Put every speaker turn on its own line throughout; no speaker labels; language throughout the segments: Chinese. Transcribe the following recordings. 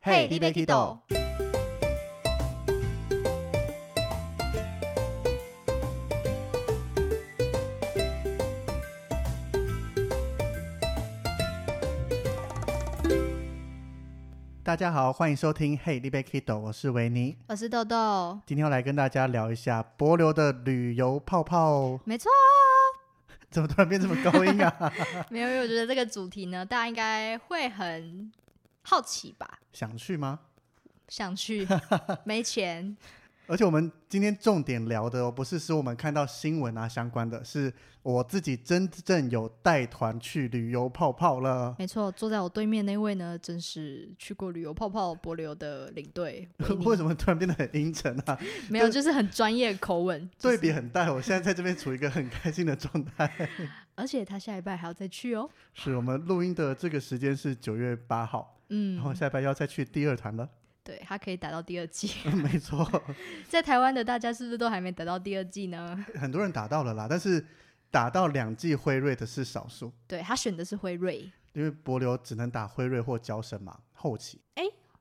嘿你要去倒
大家好，欢迎收听《Hey, l i b e Kido》，我是维尼。
我是豆豆，
今天要来跟大家聊一下博流的旅游泡泡，
没错，
怎么突然变这么高音啊？
没有，因为我觉得这个主题呢，大家应该会很好奇吧，
想去吗？
想去，没钱，
而且我们今天重点聊的哦，不是是我们看到新闻啊相关的，是我自己真正有带团去旅游泡泡了。
没错，坐在我对面那位呢，正是去过旅游泡泡博流的领队维 尼
为什么突然变得很阴沉啊？
没有，就是很专业的口吻，就
对
是
比很大，我现在在这边处于一个很开心的状 态。
而且他下礼拜还要再去哦，
是我们录音的这个时间是九月八号，然后
嗯，
下礼拜要再去第二团了。
对他可以打到第二季，
没错。
在台湾的大家是不是都还没打到第二季呢？
很多人打到了啦，但是打到两剂辉瑞的是少数，
对他选的是辉瑞，
因为博流只能打辉瑞或胶生嘛，后期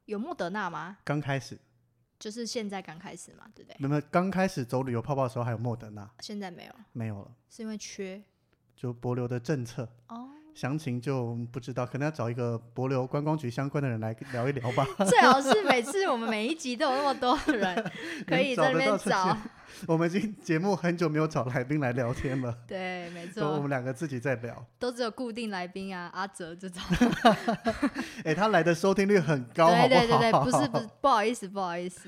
有莫德纳吗？
刚开始，
就是现在刚开始嘛，对不对？
没有刚开始走旅游泡泡的时候还有莫德纳，
现在没有，
没有了，
是因为缺
就博流的政策。
哦。
详情就不知道，可能要找一个博流观光局相关的人来聊一聊吧。
最好是每次我们每一集都有那么多 人 可以在那边
能找得
找
到。我们已经节目很久没有找来宾来聊天了，
对，没
所以我
错
们，两个自己在聊。
都只有固定来宾啊，阿哲这种。
哎，他来的收听率很高，好
对
不好？
对对对，不是不是，不好意思不好意思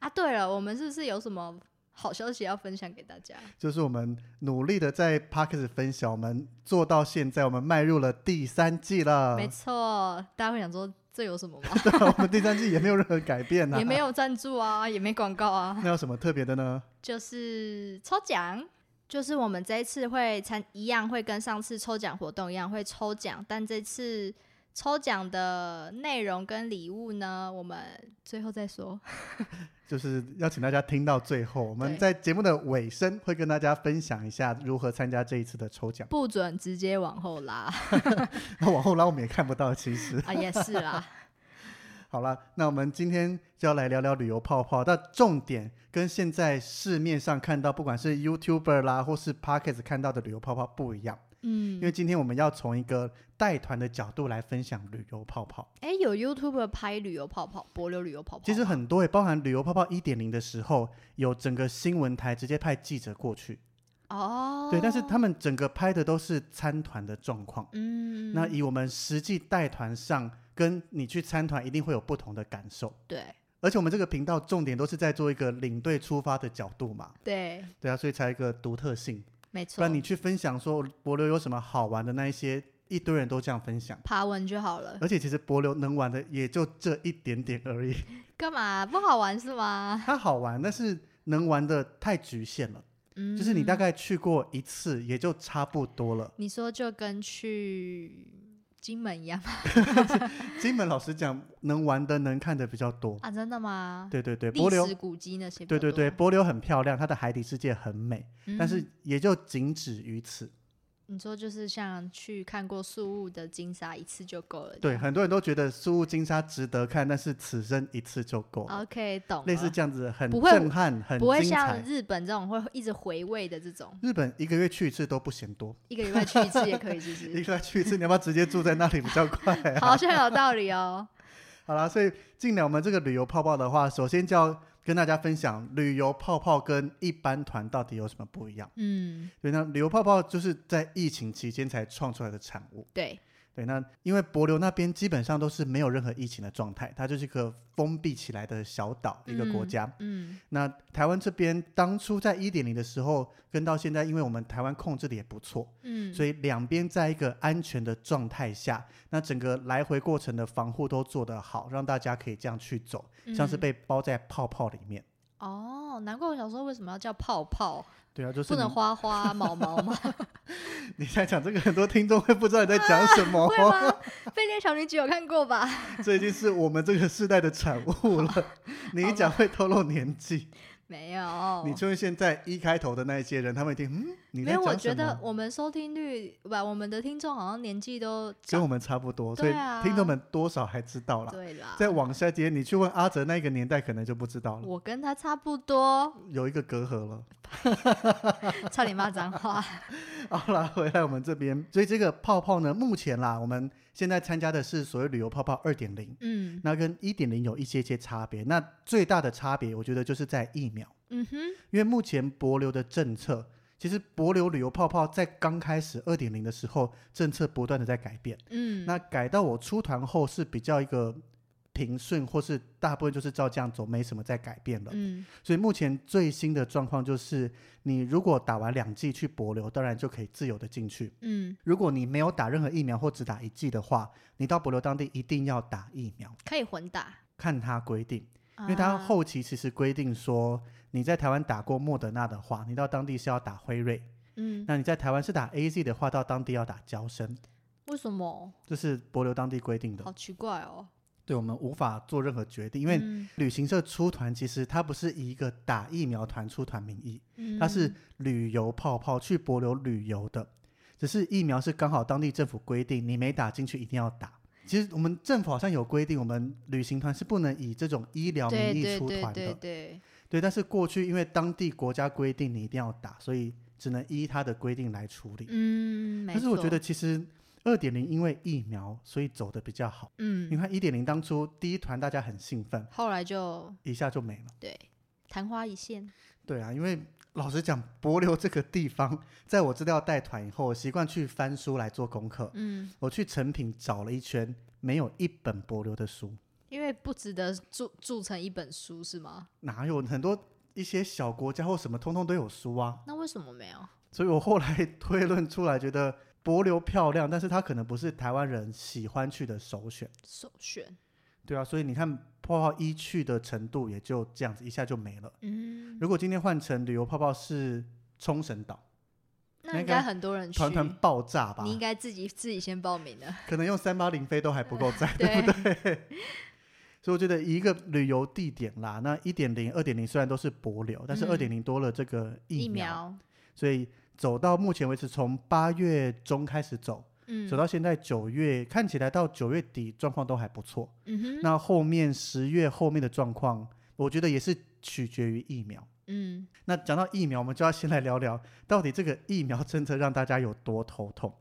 啊。对了，我们是不是有什么好消息要分享给大家？
就是我们努力的在 p a r k e s 分享，我们做到现在，我们迈入了第三季了。
没错，大家会想说这有什么吗？
对啊，我们第三季也没有任何改变呢、
也没。有赞助啊，也没广告啊。
那有什么特别的呢？
就是抽奖，就是我们这一次会参一样会跟上次抽奖活动一样会抽奖，但这次抽奖的内容跟礼物呢，我们最后再说。
就是要请大家听到最后，我们在节目的尾声会跟大家分享一下如何参加这一次的抽奖。
不准直接往后拉
那往后拉我们也看不到，其实。
啊，也是啦，
好了，那我们今天就要来聊聊旅游泡泡。那重点跟现在市面上看到，不管是 YouTuber 啦，或是 p a r k e s 看到的旅游泡泡不一样。因
嗯
为，今天我们要从一个带团的角度来分享旅游泡泡。
哎、有 YouTube 拍旅游泡泡，博流旅游泡泡吗，
其实很多也包含旅游泡泡一点零的时候，有整个新闻台直接派记者过去，
哦，
对，但是他们整个拍的都是参团的状况。
嗯，
那以我们实际带团上，跟你去参团一定会有不同的感受。
对
而且我们这个频道重点都是在做一个领队出发的角度嘛，
对，
对啊，所以才有一个独特性。
没
不
错
然，你去分享说博流有什么好玩的那一些，一堆人都这样分享。
爬文就好了，
而且其实博流能玩的也就这一点点而 已，
干嘛不好玩是吗？
它好玩，但是能玩的太局限了。
嗯，
就是你大概去过一次，也就差不多了。
你说就跟去金门一样吗
金门老实讲，能玩的能看的比较多。
啊？真的吗？
对对对，
历
博流
史，古迹那些比
对
较嗯
对
多，
对，波流很漂亮，它的海底世界很美，
嗯
但是也就仅止于此。
你说就是像去看过宿雾的金沙一次就够了，这
对，
样。
很多人都觉得苏雾金沙值得看，但是此生一次就够了。
OK，懂了。哦
类似这样子，很
不会
震撼，很
不会
精
像
彩。
日本这种会一直回味的这种，
日本一个月去一次都不嫌多，
一个礼拜去一次也可 以，是不
一
是？
个月去一次，你要不要直接住在那里比较快、啊？
好像有道理哦。
好啦，所以进来我们这个旅游泡泡的话，首先就要跟大家分享旅游泡泡跟一般团到底有什么不一样。
嗯，
对，那旅游泡泡就是在疫情期间才创出来的产物。
对，
对，那因为帛琉那边基本上都是没有任何疫情的状态，它就是一个封闭起来的小岛，一个国家。
嗯，
那台湾这边当初在一点零的时候，跟到现在，因为我们台湾控制的也不错，
嗯嗯，
所以两边在一个安全的状态下，那整个来回过程的防护都做得好，让大家可以这样去走，像是
嗯
被包在泡泡里面。
哦，难怪我想说为什么要叫泡泡，
对啊，就是
不能
你
花花毛毛 吗？
你在讲这个，很多听众会不知道你在讲什么，
啊
哦
会吗？飞天小女警有看过吧？
这已经是我们这个世代的产物了。你一讲会透露年纪，
没有，
你就会现在一开头的那一些人，他们一听，嗯，你
没
在
有，我
讲
觉
什
得
么？
我们收听率不，我们的听众好像年纪都
跟
长
我们差不多，所
对
以
啊
听众们多少还知道啦。
对啦。
再往下接，你去问阿哲那个年代，可能就不知道了，
我跟他差不多，
有一个隔阂了。
差点骂脏话。
好啦，回来我们这边，所以这个泡泡呢，目前啦，我们现在参加的是所谓旅游泡泡二点零，
嗯
那跟一点零有一些些差别。那最大的差别，我觉得就是在疫苗，
嗯哼，
因为目前博流的政策，其实博流旅游泡泡在刚开始二点零的时候，政策不断的在改变。
嗯，
那改到我出团后是比较一个平顺，或是大部分就是照这样走，没什么再改变了。
嗯
所以目前最新的状况就是，你如果打完两剂去博流，当然就可以自由的进去。
嗯，
如果你没有打任何疫苗或只打一剂的话，你到博流当地一定要打疫苗，
可以混打，
看它规定，因为它
啊
后期其实规定说，你在台湾打过莫德纳的话，你到当地是要打辉瑞；
嗯，
那你在台湾是打 A Z 的话，到当地要打交生，
为什么？
这是博流当地规定的
好。奇怪哦，
对我们无法做任何决定，因为
嗯
旅行社出团其实它不是以一个打疫苗团出团名义，
嗯
它是旅游泡泡去博流旅游的，只是疫苗是刚好当地政府规定，你没打进去一定要打。其实我们政府好像有规定，我们旅行团是不能以这种医疗名
对
义
对
出
对
团的。
对对，
对但是过去因为当地国家规定你一定要打，所以只能依它的规定来处理。
嗯，没
但是我
错
觉得，其实二点零因为疫苗，所以走的比较好。你
嗯，
看一点零当初第一团大家很兴奋，
后来就
一下就没了。
对昙花一现，
对啊，因为老实讲，柏流这个地方，在我知道带团以后，我习惯去翻书来做功课。
嗯，
我去成品找了一圈，没有一本柏流的书，
因为不值得铸铸成一本书是吗？
哪有很多一些小国家或什么，通通都有书啊。
那为什么没有？
所以我后来 推论出来，觉得柏流漂亮，但是它可能不是台湾人喜欢去的首选。
首选，
对啊，所以你看泡泡一去的程度也就这样子，一下就没了。
嗯，
如果今天换成旅游泡泡是冲绳岛，
那
那
应
个
该很多人去，
团团爆炸吧
你？应该自己自己先报名的，，
可能用三八零飞都还不够赞
对
不对？ 所以我觉得一个旅游地点啦，那一点零、二点零虽然都是博流，但是
嗯
二点零多了这个疫苗，
疫苗，
所以走到目前为止，从八月中开始走，
嗯
走，到现在九月，看起来到九月底状况都还不错。
嗯哼，
那后面十月后面的状况，我觉得也是取决于疫苗。
嗯。
那讲到疫苗，我们就要先来聊聊到底这个疫苗政策让大家有多头痛。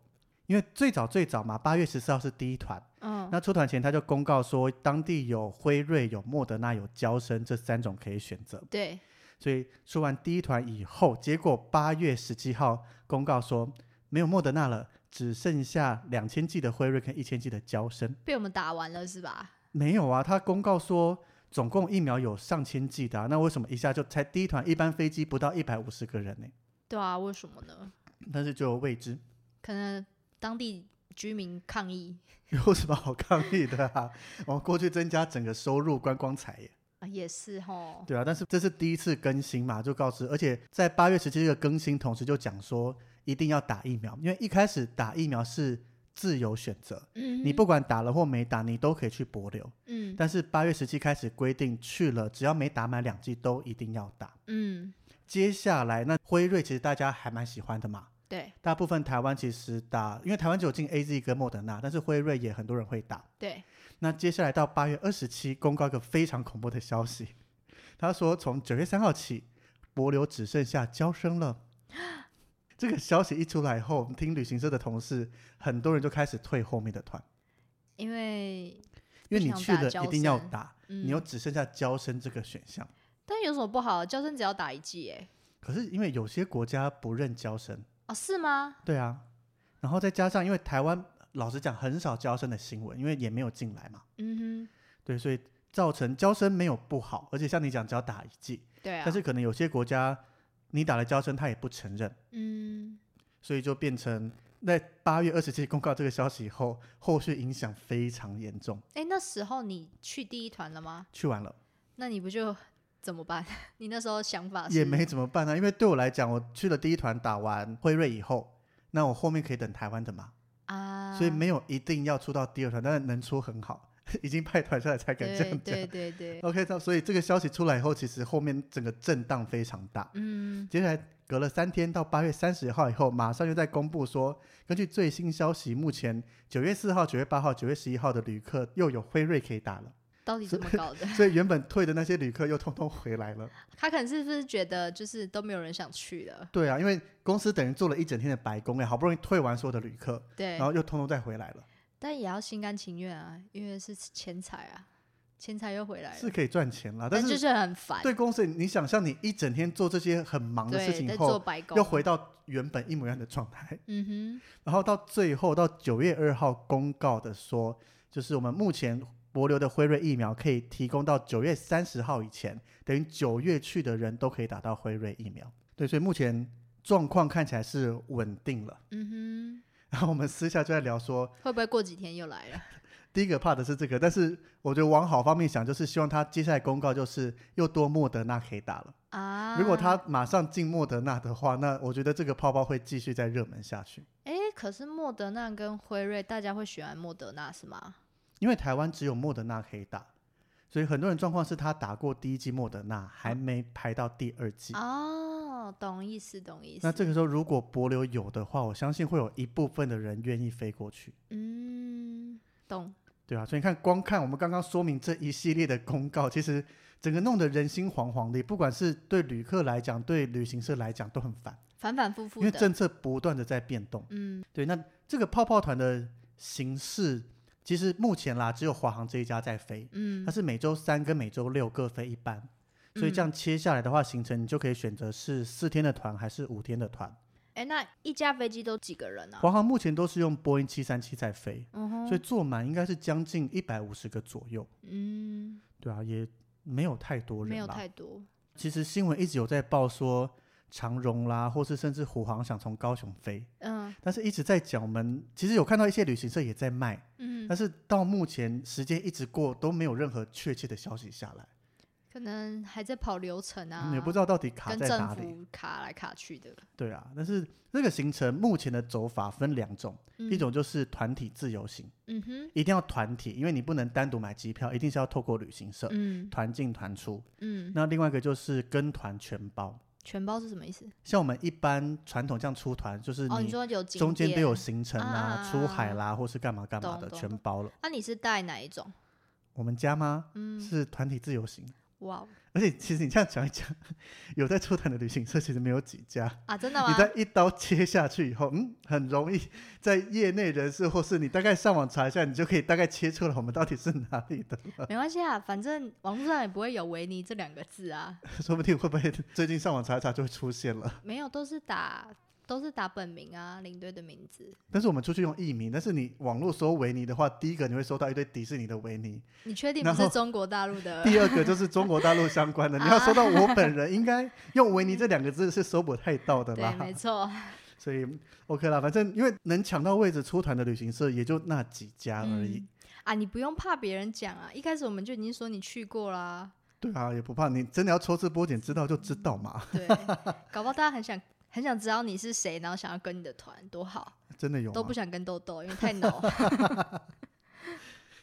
因为最早最早嘛，八月十四号是第一团，
嗯
那出团前他就公告说，当地有辉瑞、有莫德纳、有交生这三种可以选择。
对，
所以出完第一团以后，结果八月十七号公告说没有莫德纳了，只剩下两千剂的辉瑞跟一千剂的交生。
被我们打完了是吧？
没有啊，他公告说总共疫苗有上千剂的啊、那为什么一下就才第一团一班飞机不到一百五十个人呢、
对啊，为什么呢？
但是就未知，
可能当地居民抗议
有什么好抗议的啊？哦，过去增加整个收入观光产业，
啊，也是吼。
对啊，但是这是第一次更新嘛，就告知，而且在八月十七这个更新，同时就讲说一定要打疫苗，因为一开始打疫苗是自由选择，
嗯，
你不管打了或没打，你都可以去博流。
嗯
但是八月十七开始规定，去了只要没打满两剂都一定要打。
嗯，
接下来那辉瑞其实大家还蛮喜欢的嘛，
对
大部分台湾其实打，因为台湾只有进 A Z 跟莫德纳，但是辉瑞也很多人会打。
对，
那接下来到八月二十七，公告一个非常恐怖的消息，他说从九月三号起，博流只剩下交生了。这个消息一出来后，我们听旅行社的同事，很多人就开始退后面的团，
因为
因为你
不
去
想打
了
交
一定要
生
打，
嗯，
你又只剩下交生这个选项。
但有什么不好？交生只要打一剂，哎，
可是因为有些国家不认交生，
哦，是吗？
对啊，然后再加上因为台湾老实讲很少交生的新闻，因为也没有进来嘛，
嗯
对，所以造成交生没有不好，而且像你讲只要打一剂，
哼，对啊。
但是可能有些国家你打了交生，他也不承认，
嗯，
所以就变成在八月二十七公告这个消息以后，后续影响非常严重。
哎，那时候你去第一团了吗？
去完了
那你不就怎么办？ 你那时候想法
也
啊是
没怎么办呢、啊因为对我来讲，我去了第一团打完辉瑞以后，那我后面可以等台湾的嘛，
啊，
所以没有一定要出到第二团，但是能出很好。 已经派团下来才敢这
对
样讲。
对对 对，
OK，那所以这个消息出来以后，其实后面整个震荡非常大。
嗯
接下来隔了三天，到八月三十号以后，马上又在公布说，根据最新消息，目前九月四号、九月八号、九月十一号的旅客又有辉瑞可以打了，
到底怎么搞的？
所以原本退的那些旅客又通通回来了。
他可能是不是觉得就是都没有人想去了？
对啊，因为公司等于做了一整天的白工哎，好不容易退完所有的旅客，
对
然，后又通通再回来了，
但也要心甘情愿啊，因为是钱财啊，钱财又回来
是
了，
可以赚钱啦，但
但就是是很烦。
对公司，你想象你一整天做这些很忙的事
对，
情
在
以后
做，白工
又回到原本一模一样的状态。
嗯哼，
然后到最后到九月二号公告的说，就是我们目前博流的辉瑞疫苗可以提供到九月三十号以前，等于九月去的人都可以打到辉瑞疫苗。对，所以目前状况看起来是稳定了。
嗯
然后我们私下就在聊说，
哼，会不会过几天又 来了？
第一个怕的是这个，但是我觉得往好方面想，就是希望他接下来公告就是又多莫德纳可以打了。
啊，
如果他马上进莫德纳的话，那我觉得这个泡泡会继续再热门下去。
哎，可是莫德纳跟辉瑞，大家会喜欢莫德纳是吗？
因为台湾只有莫德纳可以打，所以很多人状况是他打过第一剂莫德纳，还没排到第二剂。
嗯哦，懂意思，懂意思。
那这个时候如果博流有的话，我相信会有一部分的人愿意飞过去，
嗯，懂。
对啊，所以你看，光看我们刚刚说明这一系列的公告，其实整个弄得人心惶惶的，不管是对旅客来讲，对旅行社来讲都很烦，
反反复
因
复
为
的，
政策不断的在变动。
嗯，
对，那这个泡泡团的形式，其实目前啦，只有华航这一家在飞，
嗯
它，是每周三跟每周六各飞一班，所以这样切下来的话，行程你就可以选择是四天的团还是五天的团。
哎、那一架飞机都几个人啊？
华航目前都是用波音七三七在飞，
嗯哼，
所以坐满应该是将近一百五十个左右，
嗯，
对啊，也没有太多
没
人
有
啦。
太多，
其实新闻一直有在报说长荣啦，或是甚至虎航想从高雄飞，
嗯
但是一直在讲我们其实有看到一些旅行社也在卖，
嗯，
但是到目前时间一直过都没有任何确切的消息下来，
可能还在跑流程啊，
你也不知道到底卡
跟
在哪
政
里。
府卡来卡去的，
对啊，但是这个行程目前的走法分两种，
嗯、
一，种就是团体自由行，
嗯哼，
一定要团体，因为你不能单独买机票，一定是要透过旅行社、
嗯
团进团出。
嗯，
那另外一个就是跟团全包，
全包是什么意思？
像我们一般传统这样出团，就是
哦，你
你
说有景
中间都有
点，
行程
啊
啊、
啊
出
啊
海啦，或是干嘛干嘛
懂
的，
懂
全
懂
包了。
那、你是带哪一种？
我们家吗？
嗯，
是团体自由行，
哇哦
而且其实你这样讲一讲， 有在出团的旅行社其实没有几家。
啊，真的吗
你？在一刀切下去以后，嗯，很容易在业内人士或是你大概上网查一下，你就可以大概切出来我们到底是哪里 的了。
没关系啊，反正网络上也不会有维尼这两个字啊，
说不定会不会最近上网查一查就会出现了。
没有，都是打都是打本名啊，领队的名字，
但是我们出去用艺名，但是你网络搜维尼的话，第一个你会搜到一堆迪士尼的维尼，
你确定
然
不
后
是中国大陆的？
第二个就是中国大陆相关 的。你要搜到我本人，应该用维尼这两个字是搜不太到的
对，
啦。
没错，
所以 OK 啦，反正因为能抢到位置出团的旅行社也就那几家而已。
嗯啊，你不用怕别人讲啊，一开始我们就已经说你去过啦，
对啊，也不怕你真的要抽丝剥茧，知道就知道嘛。
对，搞不好大家很想很想知道你是谁，然后想要跟你的团，多好，
真的有
都
吗
不？想跟豆豆，因为太浓。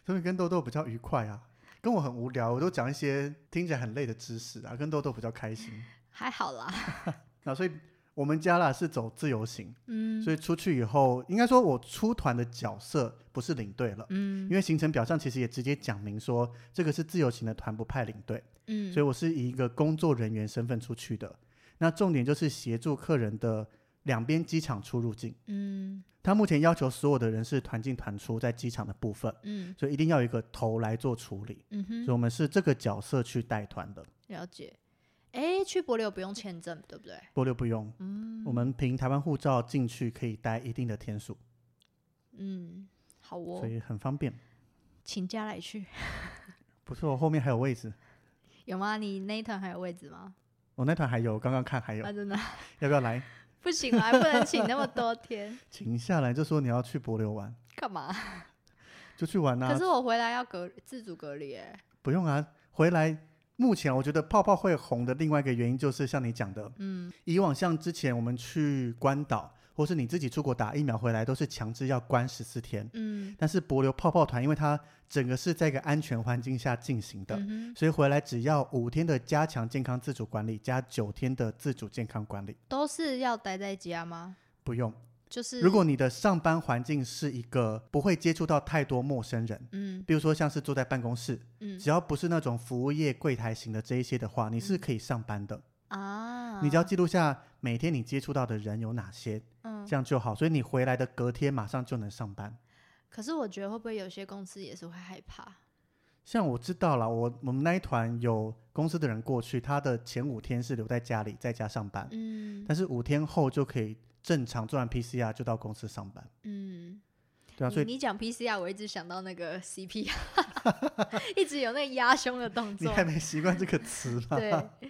所以跟豆豆比较愉快啊，跟我很无聊，我都讲一些听起来很累的知识啊，跟豆豆比较开心。
还 好啦，
那所以我们家啦是走自由行，
嗯
所以出去以后，应该说我出团的角色不是领队了。因
嗯
为行程表上其实也直接讲明说，这个是自由行的团，不派领队，所以
嗯，
我是以一个工作人员身份出去的。那重点就是协助客人的两边机场出入境。
嗯
他目前要求所有的人是团进团出，在机场的部分，
嗯
所以一定要有一个头来做处理。
嗯
所以
哼，
我们是这个角色去带团的，
了解。哎，去柏流不用签证，对不对？
波流不用。
嗯
我们凭台湾护照进去可以待一定的天数，
嗯，好哦
所，以很方便。
请假来去，
不错，后面还有位置。
有吗？你那一团还有位置吗？
我那团还有，刚刚看还有
啊，，真的
要不要来？
不行啊啦，还不能请那么多天，
请下来就说你要去博流玩，
干嘛？
就去玩
可
啊
是，我回来要隔自主隔离，哎，
不用啊。回来，目前我觉得泡泡会红的另外一个原因就是像你讲的，
嗯
以往像之前我们去关岛，或是你自己出国打疫苗回来，都是强制要关十四天。
嗯
但是博流泡泡团，因为它整个是在一个安全环境下进行的，
嗯哼，
所以回来只要五天的加强健康自主管理，加九天的自主健康管理，
都是要待在家吗？
不用。
就是
如果你的上班环境是一个不会接触到太多陌生人，
嗯
比如说像是坐在办公室，
嗯
只要不是那种服务业柜台型的这一些的话，你是
嗯
可以上班的。
啊，
你只要记录下每天你接触到的人有哪些，
嗯，
这样就好。所以你回来的隔天马上就能上班。
可是我觉得会不会有些公司也是会害怕？
像我知道了，我我们那一团有公司的人过去，他的前五天是留在家里在家上班，
嗯
但是五天后就可以正常做完 PCR 就到公司上班。
嗯，
对啊，所以
你你讲 PCR，我一直想到那个 CPR，一 直有那个压胸的动
你
作。
还没习惯这个词吗？
对，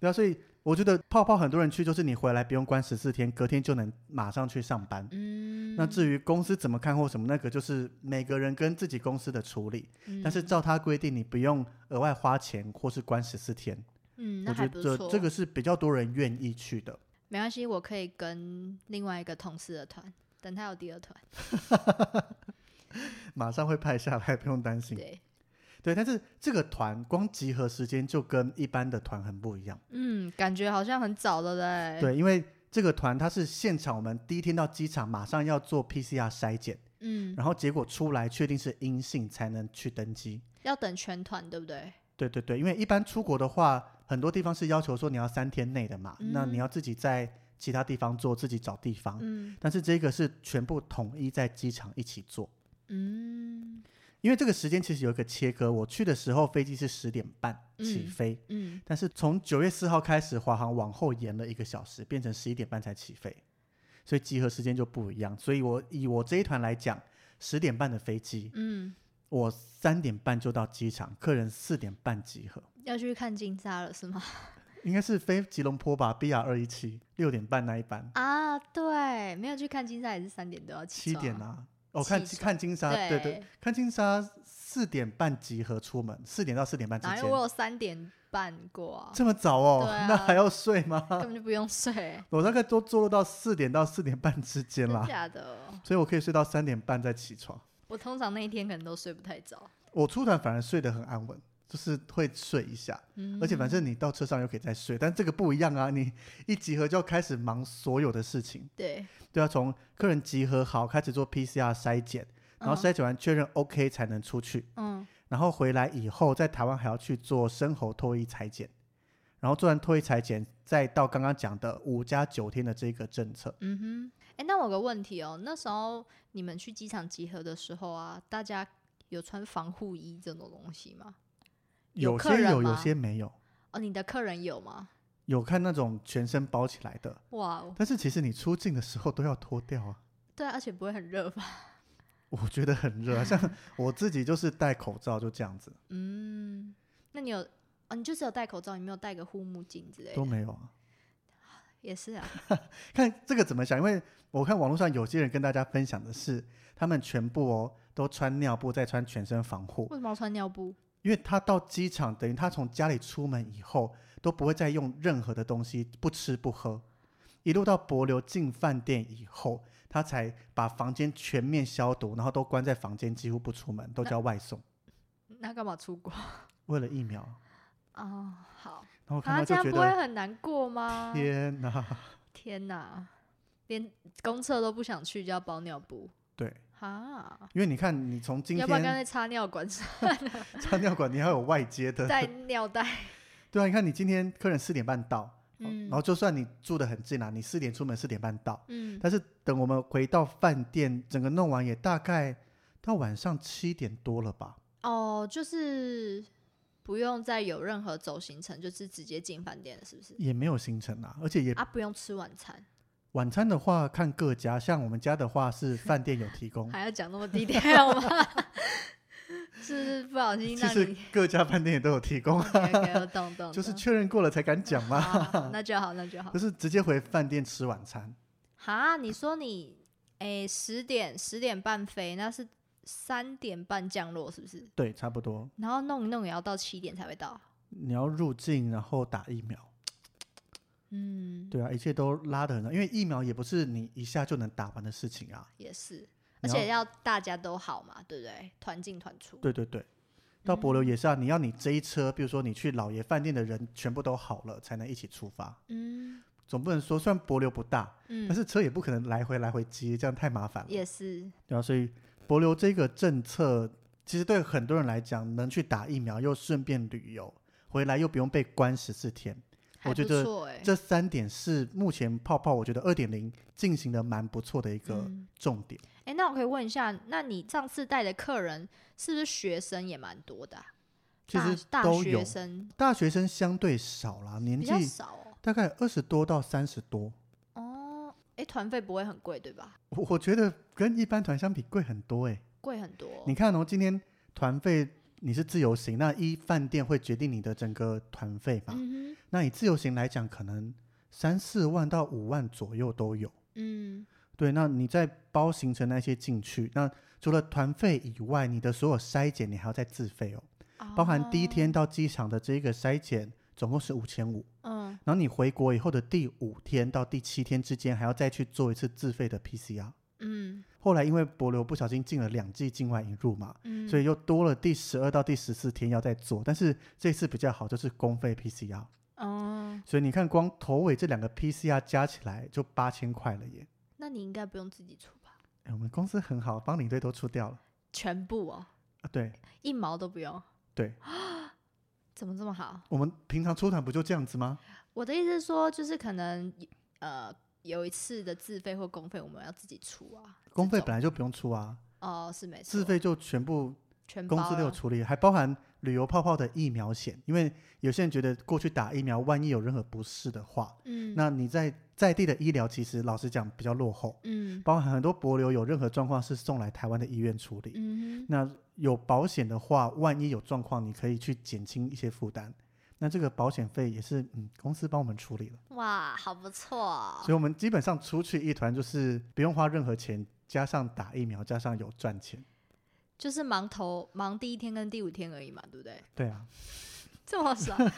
对啊，所以我觉得泡泡很多人去，就是你回来不用关十四天，隔天就能马上去上班。
嗯，
那至于公司怎么看或什么，那个就是每个人跟自己公司的处理。
嗯
但是照他规定，你不用额外花钱或是关十四天。
嗯，嗯那
我觉
还不错
得。这个是比较多人愿意去的。
没关系，我可以跟另外一个同事的团，等他有第二团。
马上会派下来，不用担心。
对，
对，但是这个团光集合时间就跟一般的团很不一样。
嗯，感觉好像很早了嘞。，
对，因为这个团它是现场，我们第一天到机场马上要做 PCR 筛检，
嗯，
然后结果出来确定是阴性才能去登机。
要等全团，对不对？
对对对，因为一般出国的话，很多地方是要求说你要三天内的嘛，那
嗯
你要自己在其他地方做，自己找地方。
嗯
但是这个是全部统一在机场一起做，
嗯
因为这个时间其实有一个切割。我去的时候飞机是十点半起
嗯
飞，
嗯，
但是从九月四号开始，华航往后延了一个小时，变成十一点半才起飞，所以集合时间就不一样。所以我以我这一团来讲，十点半的飞机，
嗯，
我三点半就到机场，客人四点半集合，
要去看金沙了是吗？
应该是飞吉隆坡吧，BR 二一七六点半那一班，
啊，对，没有去看金沙也是三点都要起
七
床。
点啊。哦，看
起床
看金沙，对对
对，
看金沙四点半集合出门，四点到四点半之
哪
间
有，我有三点半过啊，
这么早哦，
对 啊
那还要睡吗？
根本就不用 睡，
我大概都坐落到四点到四点半之间
真
啦。
假的？
所以我可以睡到三点半再起床。
我通常那一天可能都睡不太着，
我出团反而睡得很安稳，就是会睡一下，
嗯，
而且反正你到车上又可以再睡，但这个不一样啊！你一集合就要开始忙所有的事情，
对，
对啊，从客人集合好开始做 PCR 筛检，然后
嗯
筛检完确认 OK 才能出去，
嗯
然后回来以后在台湾还要去做生喉唾液裁剪，然后做完唾液裁剪，再到刚刚讲的五加九天的这个政策。
嗯哼，哎，那我有个问题哦，那时候你们去机场集合的时候啊，大家有穿防护衣这种东西吗？有
有
客
些
人
有，有
吗
些没有，
哦，你的客人有吗？
有看那种全身包起来的，
哇哦，
但是其实你出境的时候都要脱掉啊。
对啊，而且不会很热吧？
我觉得很热啊，像我自己就是戴口罩就这样子，
嗯，那你有哦，你就只有戴口罩，你没有戴个护目镜之类
都
的，
没有啊。
也是啊，
看这个怎么想，因为我看网络上有些人跟大家分享的是，他们全部哦都穿尿布，再穿全身防护，
为什么要穿尿布？
因为他到机场，等于他从家里出门以后都不会再用任何的东西，不吃不喝，一路到博流进饭店以后，他才把房间全面消毒，然后都关在房间，几乎不出门，都叫外送，
那干嘛出国？
为了疫苗。
哦，好，
然后我看
啊，
到就
这样
觉
不
得
会很难过吗？
天哪！
天哪，连公厕都不想去，就要包尿布
对，
哈，
因为你看，你从今
要不然 干
天
脆插尿管
插尿管，你还有外接的，
带尿袋。
对啊，你看你今天客人四点半到，
嗯
然后就算你住的很近啊啦、你四点出门，四点半到，
嗯，
但是等我们回到饭店，整个弄完也大概到晚上七点多了吧？
哦，就是不用再有任何走行程，就是直接进饭店了，是不是？
也没有行程啊，而且也、
啊，不用吃晚餐，
晚餐的话看各家，像我们家的话 是饭店有提供，
还要讲那么低调吗？ 是不是不小心
其
让
实
你
各家饭店也都有提供，
OK，OK，我懂懂，
就是
懂
确认过了才敢讲嘛，
好那就好，那就好
就。是直接回饭店吃晚餐。
哈，你说你诶十点十点半飞，那是三点半降落，是不是？
对，差不多。
然后弄一弄也要到七点才会到。
你要入境，然后打疫苗。
嗯，
对啊，一切都拉得很长，因为疫苗也不是你一下就能打完的事情啊。
也是，而
你
且要大家都好嘛，对不对？团进团出，
对对对，到柏
嗯
流也是啊，你要你这一车，比如说你去老爷饭店的人全部都好了，才能一起出发。
嗯
总不能说，虽然柏流不大，但
嗯，
是车也不可能来回来回接，这样太麻烦了。
也是，
对啊，所以博流这个政策，其实对很多人来讲，能去打疫苗又顺便旅游，回来又不用被关十四天，
还
觉
不
得
错哎，
这三点是目前泡泡我觉得二点零进行的蛮不错的一个
嗯
重点。
哎，那我可以问一下，那你上次带的客人是不是学生也蛮多的啊？
其实
大大
都有
学，生
大学生相对少啦，年
比
纪
较少哦。
大概二十多到三十多，
哦，哎，团费不会很贵对吧？
我我觉得跟一般团相比贵很多哎、
贵很多哦。
你看哦，今天团费你是自由行，那一饭店会决定你的整个团费嘛？
嗯哼，
那以自由行来讲，可能三四万到五万左右都有。
嗯，
对，那你再包行程那些进去，那除了团费以外，你的所有筛检你还要再自费哦，包含第一天到机场的这个筛检，总共是五千五。
哦，嗯，
然后你回国以后的第五天到第七天之间，还要再去做一次自费的 PCR。
嗯
后来因为博流不小心进了两剂境外引入嘛，
嗯，
所以又多了第十二到第十四天要再做。但是这次比较好，就是公费 PCR。
哦，
所以你看，光头尾这两个 PCR 加起来就八千块了耶！
那你应该不用自己出吧？
哎，我们公司很好，帮领队都出掉了
全部哦，
啊。对
一毛都不用。
对，
怎么这么好？
我们平常出团不就这样子吗？
我的意思是说，就是可能呃有一次的自费或公费，我们要自己出啊。
公费
这种
本来就不用出啊，
哦是没错，
自费就全部
全
公
包
司都有
了
处理，还包含旅游泡泡的疫苗险，因为有些人觉得过去打疫苗，万一有任何不适的话，
嗯
那你在在地的医疗其实老实讲比较落后，
嗯
包含很多博流有任何状况是送来台湾的医院处理。
嗯哼
那有保险的话，万一有状况，你可以去减轻一些负担。那这个保险费也是嗯公司帮我们处理了，
哇，好不错
所以我们基本上出去一团就是不用花任何钱，加上打疫苗，加上有赚钱。
就是忙头忙第一天跟第五天而已嘛，对不对？
对啊，，
这么爽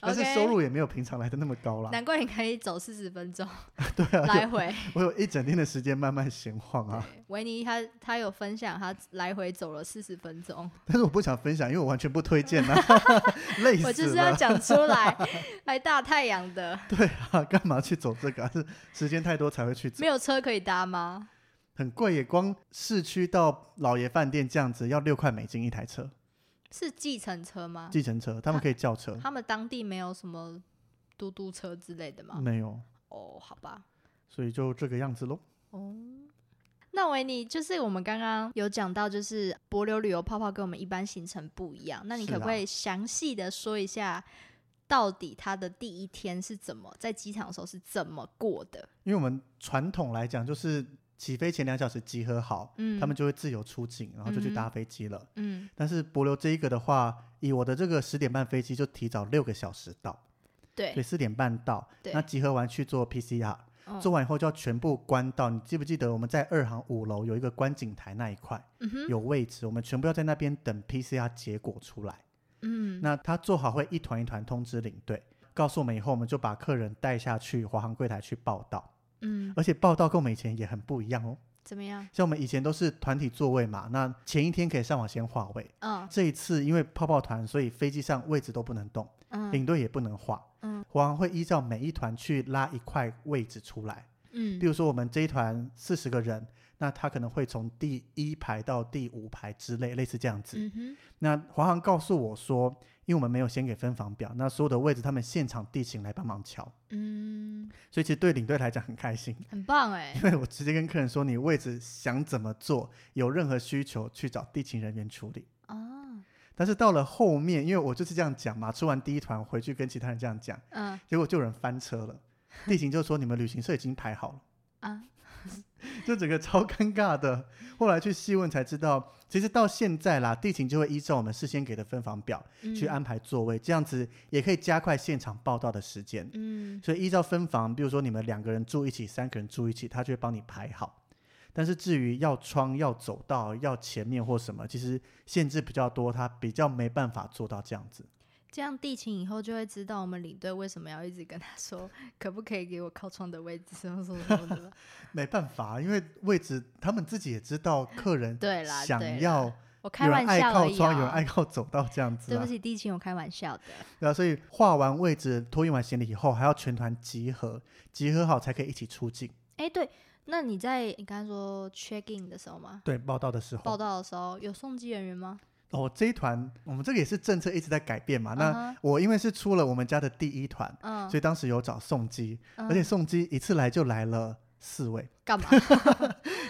但是
OK
收入也没有平常来的那么高啦。
难怪你可以走四十分钟
对啊，
来回。
我有一整天的时间慢慢闲晃 啊，
对维尼他他有分享，他来回走了四十 分钟，
但是我不想分享，因为我完全不推 荐啊，累死了。
我就是要讲出来， 还大太阳 的，
对啊，干嘛去走这个、啊？是时间太多才会去走
没，有车可以搭吗？
很贵耶，光市区到老爷饭店这样子要六块美金一台车。
是计程车吗？
计程车，他们可以叫车，
他们当地没有什么嘟嘟车之类的吗？
没有，
哦，好吧，
所以就这个样子喽。
哦。那维尼，就是我们刚刚有讲到，就是博流旅游泡泡跟我们一般行程不一样，那你
是
可不
啊
可以详细的说一下，到底他的第一天是怎么在机场的时候是怎么过的？
因为我们传统来讲，就是起飞前两小时集合好，
嗯，
他们就会自由出境，然后就去搭
嗯哼
飞机了。
嗯，
但是博流这一个的话，以我的这个十点半飞机就提早六个小时到，对，
对，
四点半到。
对
那集合完去做 PCR，
嗯
做完以后就要全部关到。你记不记得我们在二航五楼有一个观景台那一块
嗯哼，
有位置，我们全部要在那边等 PCR 结果出来。
嗯，
那他做好会一团一团通知领队，告诉我们以后，我们就把客人带下去华航柜台去报到。
嗯，
而且报到跟我们以前也很不一样哦，
怎么样？
像我们以前都是团体座位嘛，那前一天可以上网先划位。
嗯
这一次因为泡泡团，所以飞机上位置都不能动，
嗯
领队也不能画。
嗯，
华航会依照每一团去拉一块位置出来。比
嗯
如说我们这一团四十个人，那他可能会从第一排到第五排之类，类似这样子。
嗯哼，
那华航告诉我说，因为我们没有先给分房表，那所有的位置他们现场地勤来帮忙瞧，
嗯，
所以其实对领队来讲很开心，
很棒哎、
因为我直接跟客人说，你位置想怎么做，有任何需求去找地勤人员处理。
啊，
但是到了后面，因为我就是这样讲嘛，出完第一团回去跟其他人这样讲，
嗯
结果就有人翻车了，地勤就说你们旅行社已经排好了，
啊，
就整个超尴尬的。后来去细问才知道，其实到现在啦，地勤就会依照我们事先给的分房表。
嗯
去安排座位，这样子也可以加快现场报道的时间。
嗯，
所以依照分房，比如说你们两个人住一起，三个人住一起，他就会帮你排好。但是至于要窗、要走道、要前面或什么，其实限制比较多，他比较没办法做到这样子。
嗯，这样地勤以后就会知道我们领队为什么要一直跟他说，可不可以给我靠窗的位置，什么什么什么的吧。
没办法，因为位置他们自己也知道，客人
对啦对
想
啦
要
我开
有
玩
人爱
笑而
靠
已、
窗，有人
啊。
爱靠走道这样子、
对
啊
不。起，地勤，我开玩笑的。
对啊，所以画完位置、托运完行李以后，还要全团集合，集合好才可以一起出境。
哎，对，那你在你刚才说 check in 的时候吗？
对，报道的时
报
候，
道的时候有送机人员吗？
哦，这一团我们这个也是政策一直在改变嘛。啊那、
嗯哼
我因为是出了我们家的第一团，
嗯，
所以当时有找送机，而且
嗯
送机一次来就来了四位，
干 嘛？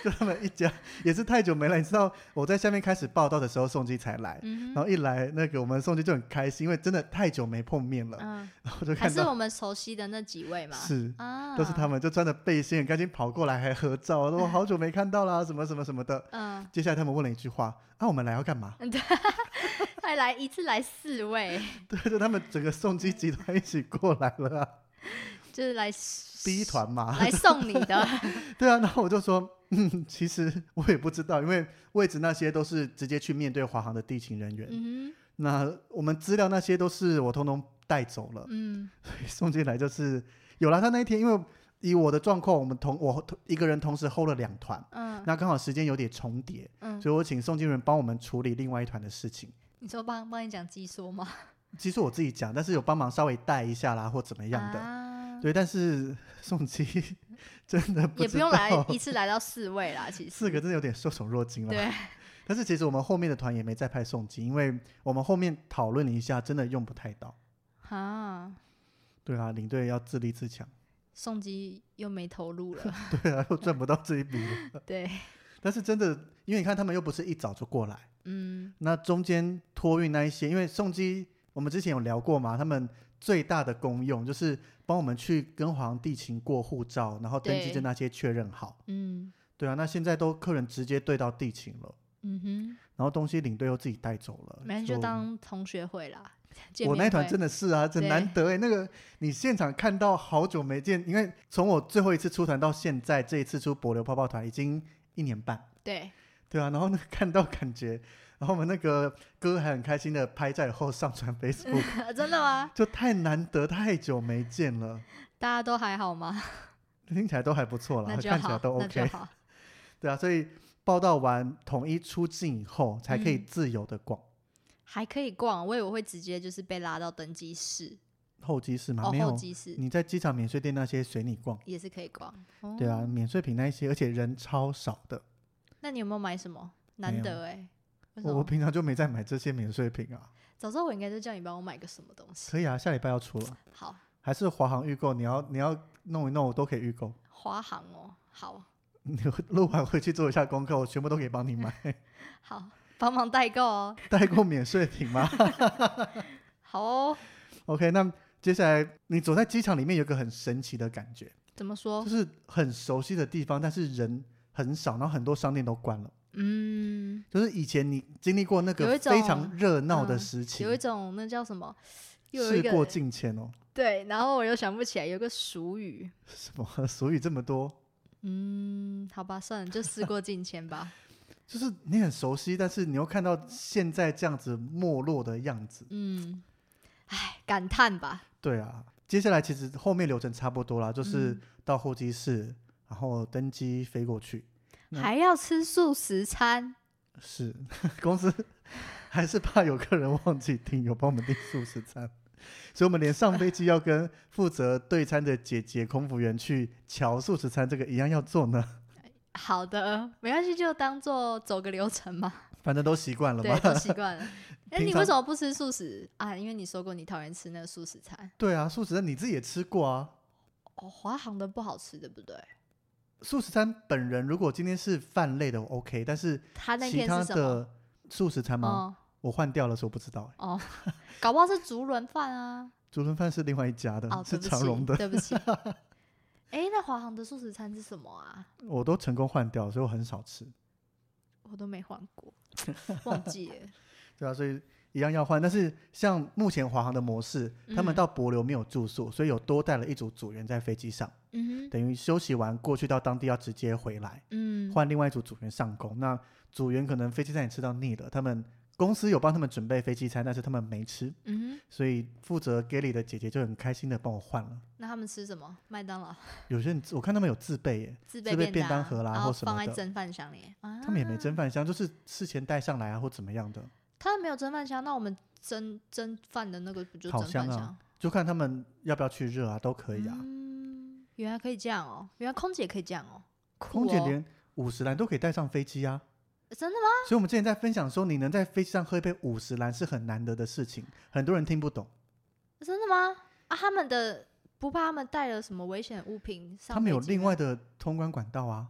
就他们一家也是太久没来，你知道我在下面开始报道的时候，送机才来。
嗯
然
哼
后一来，那个我们送机就很开心，因为真的太久没碰面了，
嗯，
然后就
还
看
是
到
我们熟悉的那几位嘛？
是
啊，
都是他。们，就穿着背心，很开心跑过来还合照， 说我好久没看到啦，什么什么什么的。
嗯，
接下来他们问了一句话：啊，我们来要干嘛？
还来一次来四位，
对，就他们整个送机集团一起过来了、 啊、
就是来
，B 团嘛。
来送你 的。
对啊，然后我就说，嗯，其实我也不知道，因为位置那些都是直接去面对华航的地勤人员，
嗯
那我们资料那些都是我通通带走了
哼，，嗯
所以 送进来就是有了。他那一天，因为以我的状况，我们同我同一个人同时 hold 了两团，
嗯
那刚好时间有点重叠，
嗯，
所以我请宋金人帮我们处理另外一团的事情。
你说帮帮你讲鸡说吗？
其实我自己讲，但是有帮忙稍微带一下啦，或怎么样的。
啊、
对，但是宋基 真的不
也不
知
用来
道
一次来到四位啦，其实
四个真的有点受宠若惊了。
对，
但是其实我们后面的团也没再派送机，因为我们后面讨论了一下，真的用不太到。
啊，
对啊，领队要自立自强。
送机又没投入了，
对啊，又赚不到这一笔了。
对，
但是真的，因为你看他们又不是一早就过来，
嗯
那中间托运那一些，因为送机我们之前有聊过嘛，他们最大的功用就是帮我们去跟皇帝勤过护照，然后登记
对
证那些确认好。
嗯
对啊，那现在都客人直接对到地勤了，
嗯
然后东西领队又自己带走了
哼，，反正就当同学会啦。见
我
面
那一团
会
真的是啊，很
对
难得哎、那个你现场看到好久没见，因为从我最后一次出团到现在，这一次出柏流泡泡团已经一年半，
对，
对啊，然后那个 看到感觉，然后我们那个歌还很开心的拍照以后上传 Facebook，
真的吗？
就太难得太久没见了，
大家都还好 吗？
听起来都还不错啦，
那就
看起来
好，
都
那就
OK，
好。
对啊，所以报道完统一出境以后，才可以
嗯
自由的逛、
还可以逛，我以为会直接就是被拉到登机室，
候机室嘛，
哦，
没有
候机室
你在机场免税店那些随你逛，
也是可以逛。
对啊，
哦，
免税品那一些，而且人超少的。
那你有没有买什么？
没
难
有
得哎，为什
我我
么？
平常就没在买这些免税品啊。
早知道我应该就叫你帮我买个什么东西。
可以啊，下礼拜要出了，
好，
还是华航预购？你要你要弄一弄，我都可以预购。
华航哦，好
你 录完回去做一下功课，我全部都可以帮你买。
好帮忙代购哦，
代购免税品吗
好哦。
？OK，那接下来你走在机场里面，有一个很神奇的感觉，
怎么
就
说？
是很熟悉的地方，但是人很少，然后很多商店都关了。
嗯，
就是以前你经历过那
有
个
一种
非常热闹的
嗯
时期，
有一种那叫什么？又有一
事过
个
境迁哦。
对，然后我又想不起来，有个俗语。
什么俗语这么多？
嗯，好吧，算了，就事过境迁吧。
就是你很熟悉，但是你又看到现在这样子没落的样子。
嗯，唉，感叹吧。
对啊，接下来其实后面流程差不多啦，就是
嗯
到候机室，然后登机飞过去。那
还要吃素食餐，
是 公司还是怕有客人忘记订，有帮我们订素食餐，所以我们连上飞机要跟负责对餐的姐姐空服员去瞧素食餐这个一样要做呢。
好的，没关系，就当做走个流程嘛。
反正都习惯了
对，
嘛。
都习 惯了。哎、
平
你
常
为什么不吃素食啊？因为你说过你讨厌吃那个素食餐。
对啊，素食餐你自己也吃过啊。
哦，华航的不好吃，对不对？
素食餐本人如果今天是饭类的我 OK，但是
他啊那
其
天
他
是什么？
的素食餐吗？
哦
我换掉了，所以我不知道欸。
哦，搞不好是竹轮饭啊。
竹轮饭是另外一家 的，
哦，
是
对不
长荣
起，
的，
对不 起。哎、那华航的素食餐是什么啊？
我都成功换掉，所以我很少吃。
我都没换过，忘记了。
对啊，所以一样要换。但是像目前华航的模式，他们
嗯
到博流没有住宿，所以有多带了一组组员在飞机上，
嗯哼，
等于休息完过去到当地要直接回来，
嗯，
换另外一组组员上工。那组员可能飞机上也吃到腻了，他们公司有帮他们准备飞机餐，但是他们没吃，
嗯
所以负责 Gally 的姐姐就很开心的帮我换了。
哼，那他们吃什么？麦当劳
有些人我看他们有自备耶，
自
自备
便
便
当
当盒啦
然
或
后
什么
放在
的
蒸饭箱里。啊，
他们也没蒸饭箱，就是事前带上来啊或怎么样的，
他们没有蒸饭箱，那我们蒸蒸饭的那个不就
烤
蒸饭
箱啊
箱？
就看他们要不要去热啊，都可以啊。
嗯，原来可以这样哦，原来空姐可以这样哦，酷
空姐
哦
连五十岚都可以带上飞机啊，
真的吗？
所以我们之前在分享说，你能在飞机上喝一杯五十岚是很难得的事情，很多人听不懂。
真的吗？啊，他们的不怕他们带了什么危险物品上
他们有
飞机
另
吗
外的通关管道啊，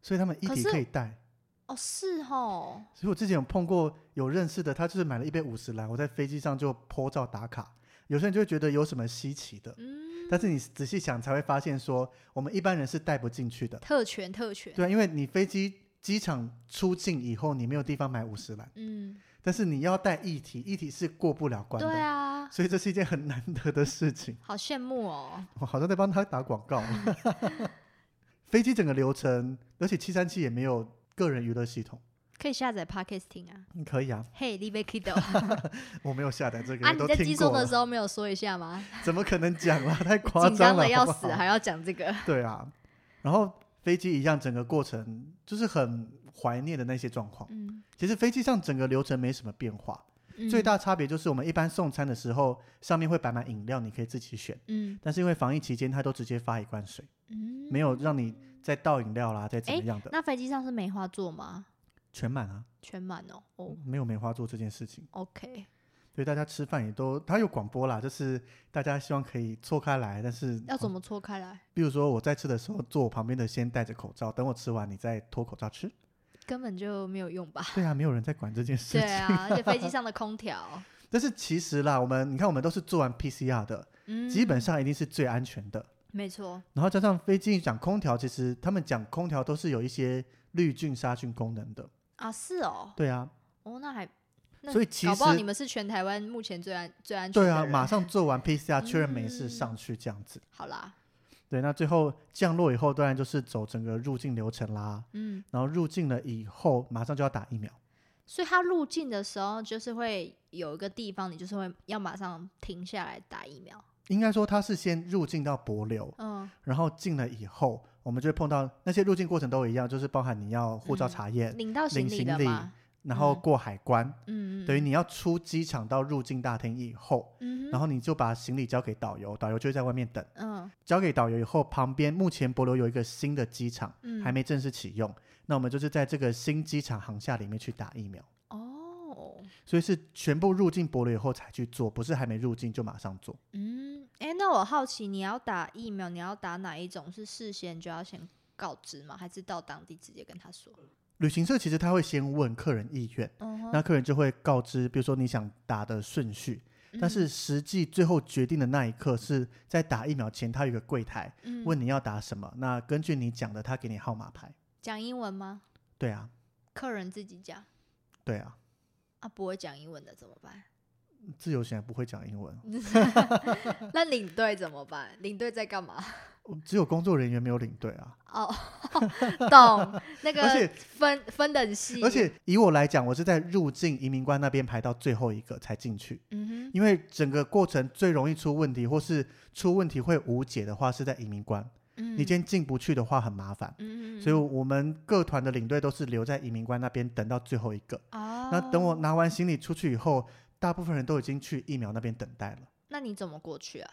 所以他们一
可
体
是
可以带。
哦，是哦，
所以我之前有碰过有认识的，他就是买了一杯五十岚，我在飞机上就 po 照打卡。有些人就会觉得有什么稀奇的，
嗯，
但是你仔细想才会发现说，我们一般人是带不进去的。
特权特权，
对啊，因为你飞机机场出境以后，你没有地方买五十岚，
嗯，
但是你要带一体，一体是过不了关的。
对啊，
所以这是一件很难得的事情。
好羡慕哦，
我好像在帮他打广告。飞机整个流程，而且七三七也没有个人娱乐系统。
可以下载 Podcast 听啊。
嗯可以啊，
嘿、l i b e Kido
我没有下载这个，
啊！
都
你在
听
寄
过
送
了
的时候没有说一下吗？
怎么可能讲 啦？太夸
紧张
了，
的
好
要
不
死，
好
还要讲这个。
对啊。然后飞机一样，整个过程就是很怀念的那些状况。
嗯，
其实飞机上整个流程没什么变化，最
嗯
大差别就是我们一般送餐的时候，上面会摆满饮料，你可以自己选。
嗯
但是因为防疫期间，它都直接发一罐水，
嗯
没有让你再倒饮料啦，再怎么
诶
样的，
那飞机上是梅花座吗？
全满啊，
全满哦。哦
没有梅花座这件事情。
，OK，
所以大家吃饭也都，它有广播啦，就是大家希望可以错开来，但是
要怎么错开来？
比如说我在吃的时候，坐我旁边的先戴着口罩，等我吃完你再脱口罩吃。
根本就没有用 吧？
对啊，没有人在管这件事
对
情。
啊，而且飞机上的空调，
但是其实啦，我们你看，我们都是做完 PCR 的，
嗯，
基本上一定是最安全的。
没错，
然后加上飞机讲空调，其实他们讲空调都是有一些滤菌杀菌功能的。
啊，是哦，
对啊，
哦，那还那
所以其
搞不好你
实
们是全台湾目前最安最安全
对
的
啊，
人
马上做完 PCR 确认没事
嗯
上去这样子。
好啦，
对，那最后降落以后，当然就是走整个入境流程啦。
嗯，
然后入境了以后，马上就要打疫苗。
所以他入境的时候就是会有一个地方，你就是会要马上停下来打疫苗，
应该说他是先入境到博流，
嗯
然后进了以后，我们就会碰到那些入境过程都一样，就是包含你要护
嗯
照查验，
领到
领
行
行
李了
李
嘛，
然后过海关，
嗯嗯，嗯
等于，你要出机场到入境大厅以后，
嗯
然
后，
后你就把行李交给导游，导游就会在外面等。
嗯
交给导游以后，旁边目前博流有一个新的机场
嗯，
还没正式启用，那我们就是在这个新机场航厦里面去打疫苗。
哦，
所以是全部入境博流以后才去做，不是还没入境就马上做。
嗯，哎，那我好奇你要打疫苗，你要打哪一种？是事先就要先告知吗？还是到当地直接跟他说？
旅行社其实他会先问客人意愿，
嗯哼，
那客人就会告知，比如说你想打的顺序，
嗯
但是实际最后决定的那一刻是在打疫苗前，他有一个柜台
嗯
问你要打什么，那根据你讲的，他给你号码牌。
讲英文吗？
对啊，
客人自己讲
对啊，
啊，不会讲英文的怎么 办？
自由行还不会讲英文，
那领队怎么办？领队在干嘛？
只有工作人员没有领队啊。
哦， 懂那
而
个
且
分分等细，
而且以我来讲，我是在入境移民官那边排到最后一个才进去，
嗯哼，
因为整个过程最容易出问题，或是出问题会无解的话是在移民官，
嗯
你今天进不去的话很麻烦。
嗯嗯，
所以我们各团的领队都是留在移民官那边等到最后一个。
哦，
那等我，拿完行李出去以后，大部分人都已经去疫苗那边等待了，
那你怎么过去啊？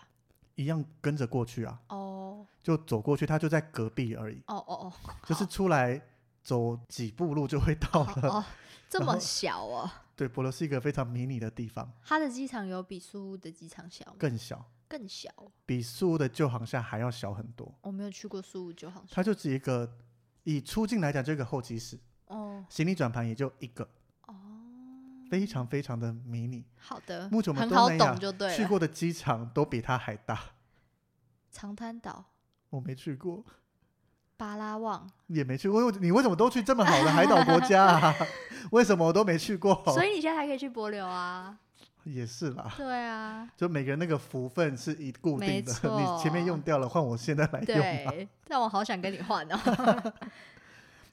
一样跟着过去啊，
哦
就走过去，他就在隔壁而已，
哦哦哦，
就是出来走几步路就会到
好
了。
哦，这
然
么
后
小哦，
对，博罗是一个非常迷你的地方，
他的机场有比苏屋的机场小吗？
更小，
更小哦，
比苏的旧航厦还要小很多。
我没有去过苏屋就好像
它就是一个以出境来讲，就一个候机室，
哦
行李转盘也就一个，
哦，
非常非常的迷你。
好的，
目前我们
很
东
好
南亚
懂就对
去
了。
过的机场都比它还大。
长滩岛、
我没去过，
巴拉望，
也没去过。我你为什么都去这么好的海岛国家、 啊？为什么我都没去过？
所以你现在还可以去柏流啊？
也是啦，
对啊，
就每个人那个福分是一固定
没
的，
错
哎你前面用掉了，换我现在来用。
对，但我好想跟你换哦。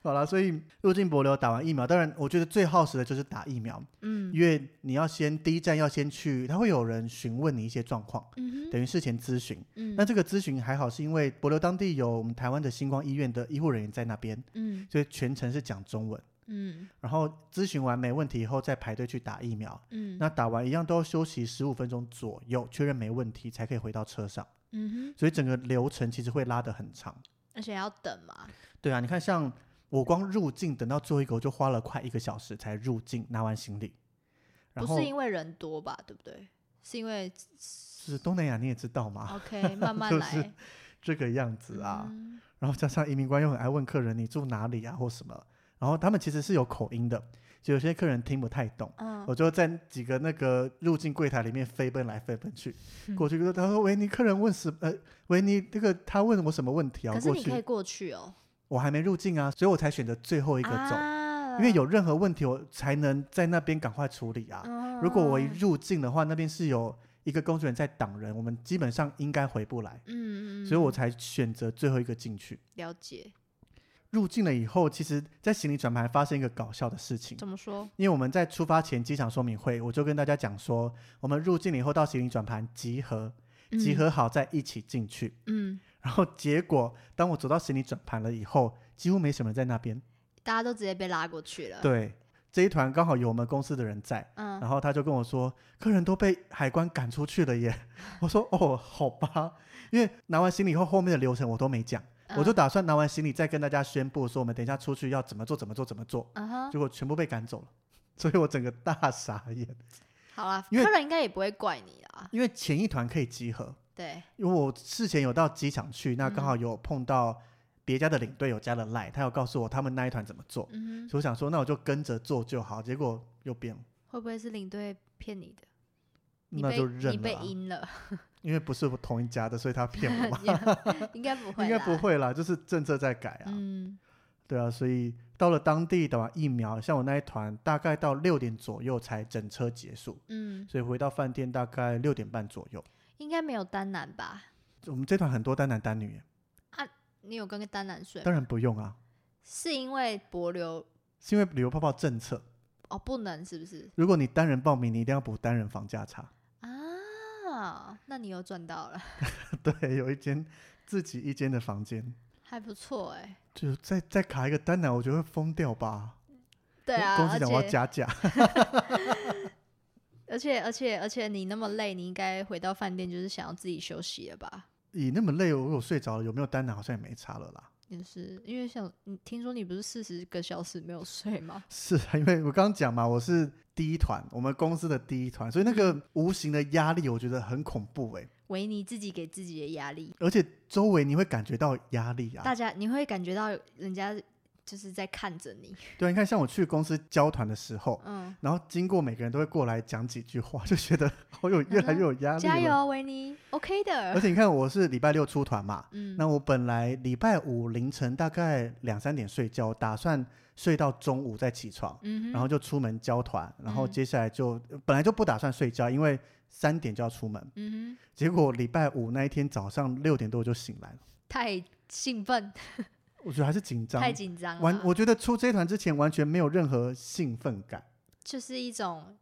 好啦，所以入境博流打完疫苗，当然我觉得最耗时的就是打疫苗，
嗯
因为你要先第一站要先去，他会有人询问你一些状况，
嗯哼
等于事前咨询。
嗯
那这个咨询还好，是因为博流当地有我们台湾的星光医院的医护人员在那边，
嗯
所以全程是讲中文。
嗯
然后咨询完没问题以后，再排队去打疫苗。
嗯
那打完一样都要休息十五分钟左右，确认没问题才可以回到车上。
嗯哼，
所以整个流程其实会拉得很长。
而且要等嘛，
对啊，你看像我光入境等到最后一个，我就花了快一个小时才入境拿完行李。然
不
后
是因为人多吧，对不对？是 因为
是东南亚，你也知道嘛，
OK 慢慢
啊就
来
是，这个样子啊。
哦嗯
然后加上移民官又很爱问客人你住哪里啊或什么，然后他们其实是有口音的，就有些客人听不太懂。
嗯
我就在几个那个入境柜台里面飞奔来飞奔去，
嗯
过去就他说：“维尼，客人问什呃，维尼那个他问我什么问题啊？”
可是
过
你可以
去
过去哦，
我还没入境啊，所以我才选择最后一个走，
啊
因为有任何问题我才能在那边赶快处理
嗯
啊。如果我一入境的话，那边是有一个工作人员在挡人，我们基本上应该回不来，
嗯，嗯
所以我
嗯
才选择最后一个进去。
了解
入境了以后，其实，在行李转盘还发生一个搞笑的事情。
怎么说，
因为我们在出发前机场说明会，我就跟大家讲说，我们入境了以后到行李转盘集合，
嗯
集合好再一起进去。
嗯，嗯，
然后结果，当我走到行李转盘了以后，几乎没什么人在那边。
大家都直接被拉过去了，，
对，这一团刚好有我们公司的人在，
呃嗯，
然后他就跟我说，客人都被海关赶出去了耶。 我说哦，好吧，因为拿完行李以后，后面的流程我都没讲，我就
嗯
打算拿完行李再跟大家宣布说，我们等一下出去要怎么做，怎么做，怎么做。
嗯哼，
结果全部被赶走了， 所以我整个大傻眼。
好啦，
因为
客人应该也不会怪你啦，
因为前一团可以集合，
对，
因为我事前有到机场去，那
嗯
刚好有碰到别家的领队有加了 line，他有告诉我他们那一团怎么做，
嗯哼，
所以我想说那我就跟着做就好，结果又变了，
会不会是领队骗你的？你
那
被
就认
你
了
被
啊、
阴了，
因为不是同一家的，所以他骗 我嘛，
应该不 会，
应该不，会啦，就是政策在改啊，
嗯
对啊，所以到了当地打完疫苗，像我那一团大概到六点左右才整车结束，
嗯，
所以回到饭店大概六点半左右。
应该没有单男吧？
我们这团很多单男单女耶，
你有跟单男睡吗？
当然不用啊，
是因为博流
是因为旅游泡泡政策。
哦不能是不是
如果你单人报名，你一定要补单人房价差。
啊？那你又赚到了，
对，有一间自己一间的房间，
还不错哎、
就再再卡一个单男，我觉得会疯掉吧。
对啊，
公司
而
讲我要
且
加价，
而且而且而且你那么累，你应该回到饭店就是想要自己休息了吧？
咦，那么累，我有睡着了，有没有单男好像也没差了啦。
就是因为想你听说你不是四十个小时没有睡吗？
是啊，因为我刚刚讲嘛，我是第一团，我们公司的第一团，所以那个无形的压力，我觉得很恐怖诶、
维尼自己给自己的压力，
而且周围你会感觉到压力啊
大。家你会感觉到人家就是在看着你，
对啊，你看，像我去公司交团的时候，
嗯，
然后经过每个人都会过来讲几句话，就 觉得好有越来越有压力了。
加油，维尼，OK
而
的，
且你看，我是礼拜六出团嘛，
嗯
那我本来礼拜五凌晨大概两三点睡觉，打算睡到中午再起床，
嗯
然
哼，
后就出门交团，然后
嗯
接下来就本来就不打算睡觉，因为三点就要出门。
嗯
结果礼拜五那一天早上六点多就醒来了，
哼，太兴奋，
我觉得还是紧张
太，紧张
完
了，
我觉得出这一团之前完全没有任何兴奋感，
就是一种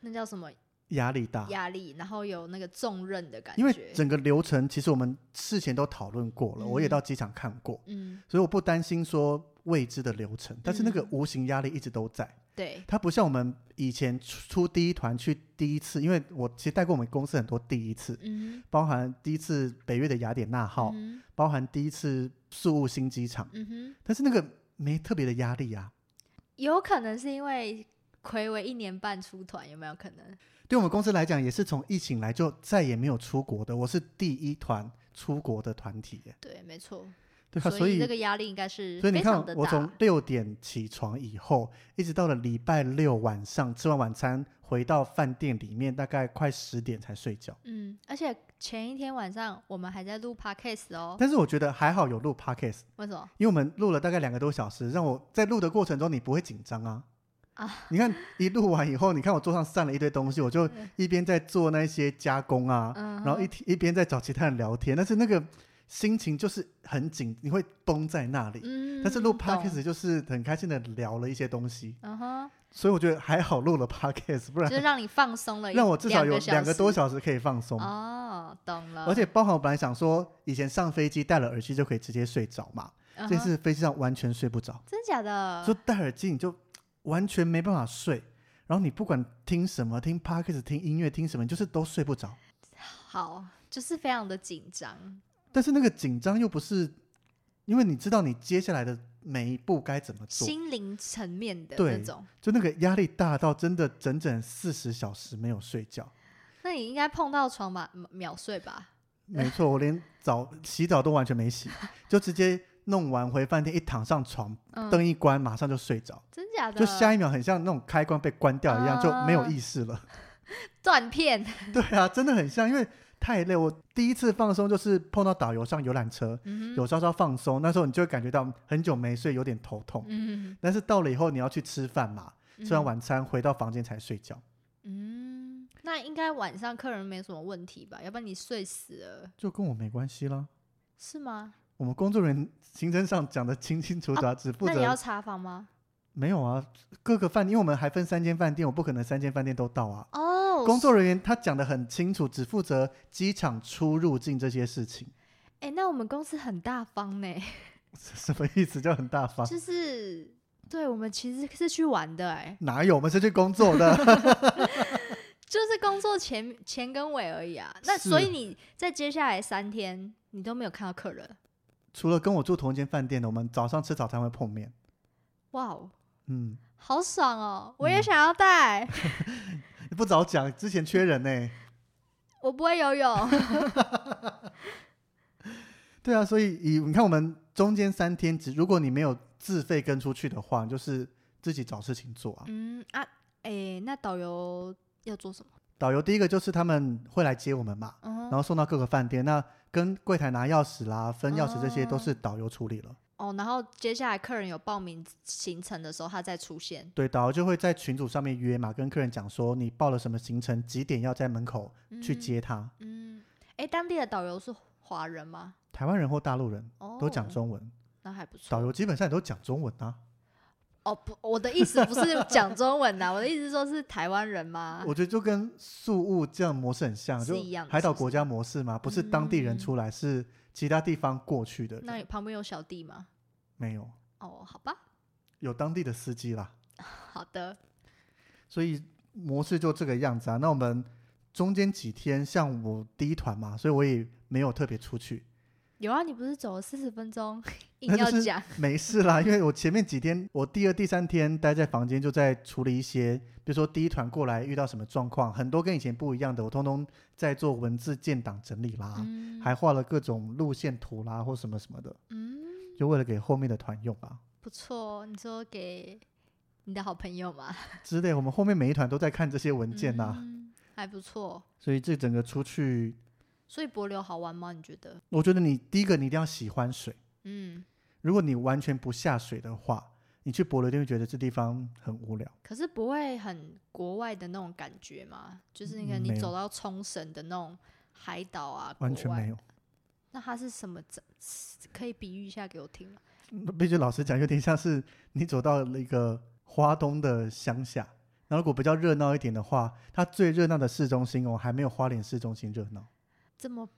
那叫什么
压力大。
压力，然后有那个重任的感
啊因为
觉，
整个流程其实我们事前都讨论过了，我也
嗯
到机场看过，
嗯，
所以我不担心说未知的流程，但是那个无形压力一直都在。
对，
它不像我们以前出出第一团去第一次，因为我其实带过我们公司很多第一次，
嗯
包含第一次北越的雅典娜
哼，
号，
嗯哼
包含第一次宿务新机场，
嗯哼，
但是那个没特别的压力啊。
有可能是因为暌违一年半出团，有没有可能？
对我们公司来讲，也是从疫情来就再也没有出国的，我是第一团出国的团体耶，
对，没错，
对吧？
所
所以
这个压力应该是
所以你
非
看
常的，
我从
大，
六点起床以后，一直到了礼拜六晚上吃完晚餐，回到饭店里面，大概快十点才睡觉。
嗯，而且前一天晚上我们还在录 podcast 哦，
但是我觉得还好有录 podcast，
为什么？
因为我们录了大概两个多小时，让我在录的过程中你不会紧张啊。
啊
你看一录完以后，你看我桌上散了一堆东西，我就一边在做那些加工啊，
嗯哼，
然后一一边在找其他人聊天，但是那个心情就是很紧，你会绷在那里。
嗯，
但是录
懂
podcast 就是很开心的聊了一些东西，
嗯哼，
所以我觉得还好录了 podcast，不然
就是让你放松了一，
让我至少有
两
两个多
小
小时可以放松
时。。哦，懂了。
而且包含我本来想说，以前上飞机戴了耳机就可以直接睡着嘛，
嗯哼，嗯
这次飞机上完全睡不着，
真假的
就，戴耳机你就完全没办法睡。然后你不管听什么，听 podcast、听音乐、听什么，你就是都睡不着。
好，就是非常的紧张。
但是那个紧张又不是，因为你知道你接下来的每一步该怎么做，
心灵层面的
对
那种。
就那个压力大到真的整整四十小时没有睡觉。
那你应该碰到床吧，秒睡吧？
没错，我连澡洗澡都完全没洗，就直接弄完回饭店一躺上床，
嗯，
灯一关马上就睡着，
真假的？
就下一秒很像那种开关被关掉一样，就没有
啊
意识 了。
断片。
对啊，真的很像，因为太累。我第一次放松就是碰到导游上游览车，
嗯哼
有稍稍放松，那时候你就会感觉到很久没睡，有点头痛。
嗯
但是到了以后你要去吃饭嘛，
哼，
吃完
嗯
晚餐回到房间才睡觉，
嗯，那应该晚上客人没什么问题吧？要不然你睡死了
就跟我没关系啦。
是吗？
我们工作人员行程上讲的清清楚楚啊，只负
那你要
责
查房吗？
没有啊，各个饭店，因为我们还分三间饭店，我不可能三间饭店都到啊。
哦，
工作人员他讲的很清楚，只负责机场出入境这些事情，
哎、那我们公司很大方呢，
什么意思？就很大方。
就是对我们其实是去玩的哎，
哪有？我们是去工作的。
就是工作前前跟尾而已啊。那
是
所以你在接下来三天，你都没有看到客人，
除了跟我住同一间饭店的，我们早上吃早餐会碰面。
哇哦，
嗯，
好爽哦！我也
嗯
想要带，
你不早讲，之前缺人呢、
我不会游泳，
对啊，所以以你看，我们中间三天只，如果你没有自费跟出去的话，你就是自己找事情做啊。
嗯啊，哎、那导游要做什么？
导游第一个就是他们会来接我们嘛，
嗯
然
哼，
后送到各个饭店。那跟柜台拿钥匙啦、分钥匙这些
哦
都是导游处理了。
哦，然后接下来客人有报名行程的时候，他再出现，
对，导游就会在群组上面约嘛，跟客人讲说你报了什么行程，几点要在门口去
嗯。
接他。
嗯，哎、当地的导游是华人吗？
台湾人或大陆人
哦，
都讲，中文，
那还不错。
导游基本上也都讲中文啊。
哦，不，我的意思不是讲中文呐、我的意思是说是台湾人吗？
我觉得就跟宿务这样模式很像，
啊是
就
一样的
海
是
岛
不是嗯
国家模式嘛，不是当地人出来，是其他地方过去的人。
那你旁边有小弟吗？
没有，
哦，好吧，
有当地的司机啦，
好的，
所以模式就这个样子啊。那我们中间几天，像我第一团嘛，所以我也没有特别出去，
有啊，你不是走了四十分钟， 硬
那
要
就是啊
讲，
没事啦， 因为我前面几天，我第二、第三天待在房间，就在处理一些，比如说第一团过来遇到什么状况，很多跟以前不一样的，我通通在做文字建档整理啦。
嗯
还画了各种路线图啦，或什么什么的，
嗯，
就为了给后面的团用啊
不错哦，你说给你的好朋友嘛，
之类。我们后面每一团都在看这些文件呐、
嗯还不错。
所以这整个出去，
所以柏流好玩吗？你觉得？
我觉得你第一个你一定要喜欢水，
嗯，
如果你完全不下水的话，你去博流一定会觉得这地方很无聊。
可是不会很国外的那种感觉吗？就是那个
嗯
你
没有
走到冲绳的那种海岛啊，
完全
国外
没有，
那它是什么？怎可以比喻一下给我听吗？
嗯必须老实讲，有点像是你走到了一个花东的乡下，那如果比较热闹一点的话，它最热闹的市中心哦，还没有花莲市中心热闹，
这么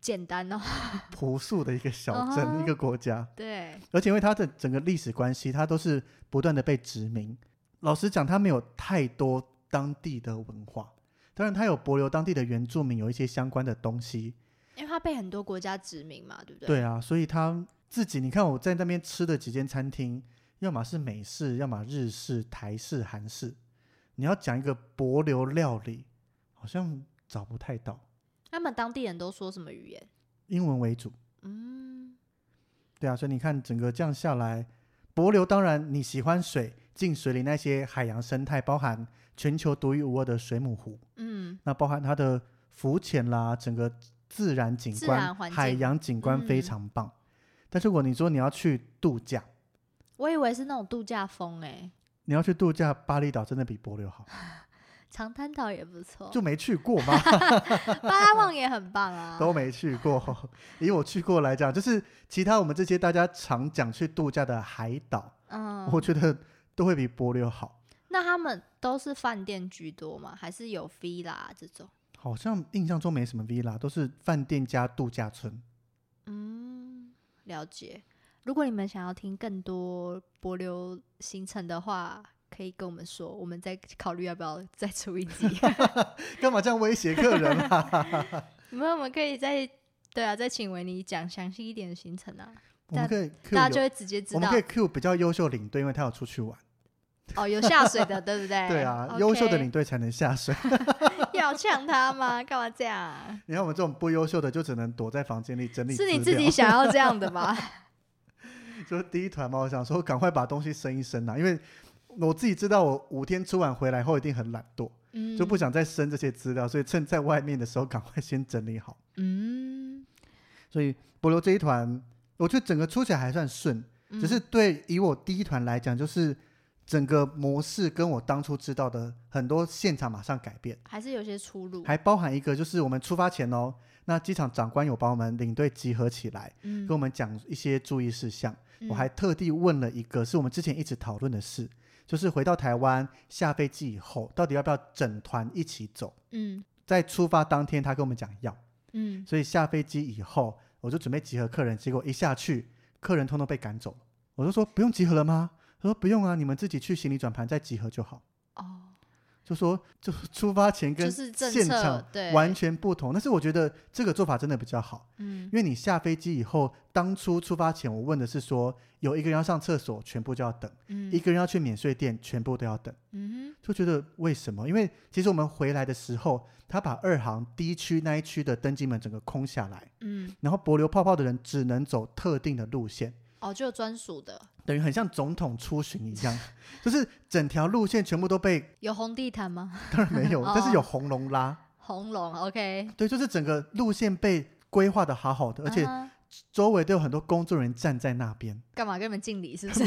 简单哦？
朴素的一个小镇
嗯哼
一个国家。
对，
而且因为它的整个历史关系，它都是不断的被殖民。老实讲，它没有太多当地的文化，当然它有博留当地的原住民有一些相关的东西。
因为它被很多国家殖民嘛，对不对？
对啊，所以它自己，你看我在那边吃的几间餐厅，要么是美式，要么日式、台式、韩式。你要讲一个博留料理，好像找不太到，
他们当地人都说什么语言？
英文为主。
嗯，
对啊，所以你看整个这样下来，帛流当然你喜欢水，进水里那些海洋生态，包含全球独一无二的水母湖，
嗯，
那包含它的浮潜啦，整个自然景
自然
观、
环境
海洋景观非
嗯
常棒。但是如果你说你要去度假，
我以为是那种度假风哎、
你要去度假，巴厘岛真的比帛流好。
长滩岛也不错，
就没去 过嘛，
巴拉望也很棒啊。
都没去过。以我去过来讲，就是其他我们这些大家常讲去度假的海岛，
嗯，
我觉得都会比帛琉好。
那他们都是饭店居多吗？还是有 villa 这种？
好像印象中没什么 villa，都是饭店加度假村。
嗯，了解。如果你们想要听更多柏流行程的话，可以跟我们说，我们再考虑要不要再出一 集。
干嘛这样威胁客人啊？
你们我们可以再对啊，再请维尼讲详细一点的行程啊，
我们可以 Q
大家就
有
会直接知
我们
道
可以 Q 比较优秀领队，因为他有出去玩。
哦，有下 水的，对不对？
对啊，优秀的领
哎 OK，
队才能下水。
要呛他吗？干嘛这样？
你看我们这种不优秀的，就只能躲在房间里整理资
是
料。
你自己想要这样的吧？
就是第一团嘛，我想说赶快把东西升一升啊，因为我自己知道我五天出完回来后一定很懒惰，
嗯，
就不想再升这些资料，所以趁在外面的时候赶快先整理好。
嗯，
所以博流这一团，我觉得整个出起来还算顺，
嗯
只是对以我第一团来讲，就是整个模式跟我当初知道的很多现场马上改变，
还是有些出入。
还包含一个就是我们出发前哦，那机场长官有把我们领队集合起来，
嗯
跟我们讲一些注意事项。
嗯
我还特地问了一个是我们之前一直讨论的事，就是回到台湾下飞机以后，到底要不要整团一起走？
嗯
在出发当天，他跟我们讲要，
嗯
所以下飞机以后，我就准备集合客人，结果一下去，客人通通被赶走了。我就说不用集合了吗？他说不用啊，你们自己去行李转盘再集合就好。
哦，
就说就出发前
就
跟
是政
现
策
场
对
完全不同，但是我觉得这个做法真的比较好。
嗯
因为你下飞机以后，当初出发前我问的是说，有一个人要上厕所，全部就要等；
嗯
一个人要去免税店，全部都要等。
嗯
就觉得为什么？因为其实我们回来的时候，他把二航第一区那一区的登机门整个空下来，
哼嗯
然后博流泡泡的人只能走特定的路线，
哦，就有专属的
等于很像总统出巡一样， 就是整条路线全部都被，
有红地毯吗？
当然没
哦
有，但是有红龙拉，
红龙，OK，
对，就是整个路线被规划的好好的，而且
啊哈
周围都有很多工作人员站在那边。
干嘛跟你们敬礼是不是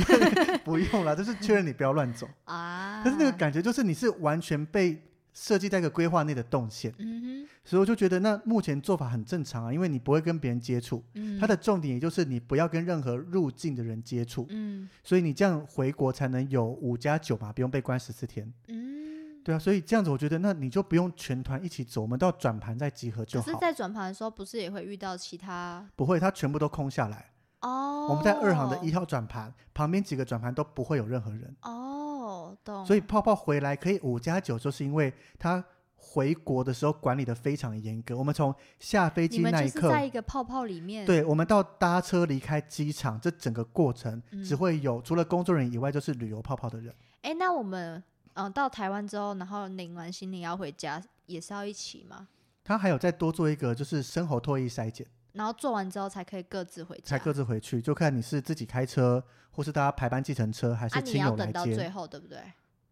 不用啦，就是确认你不要乱走。
啊？
但是那个，感觉就是你是完全被设计在一个规划内的动线，
嗯
所以我就觉得那目前做法很正常啊，因为你不会跟别人接触，
哼，嗯，
它的重点也就是你不要跟任何入境的人接触，
嗯
所以你这样回国才能有五加九嘛，不用被关十四天。
嗯，
对啊，所以这样子我觉得那你就不用全团一起走，我们到转盘再集合就
可是，
好。
在转盘的时候，不是也会遇到其他
不会，它全部都空下来。
哦？
我们在二航的一号转盘旁边几个转盘都不会有任何人。
哦，懂，
所以泡泡回来可以五加九，就是因为他回国的时候管理的非常严格。我们从下飞
你
机
们
那
就
一
是
刻，
在一个泡泡里面，，
对我啊们到搭车离开机场这整个过程，
嗯
只会有除了工作人员以外，就是旅游泡泡的人。
哎，那我们嗯到台湾之后，然后领完行李要回家，也是要一起吗？
他还有再多做一个，就是生喉唾液筛检，
然后做完之后才可以各自回家，
才各自回去，就看你是自己开车，或是大家排班计程车，还
啊，
是
你
亲
要
友来
等到最
接。
后，对不对？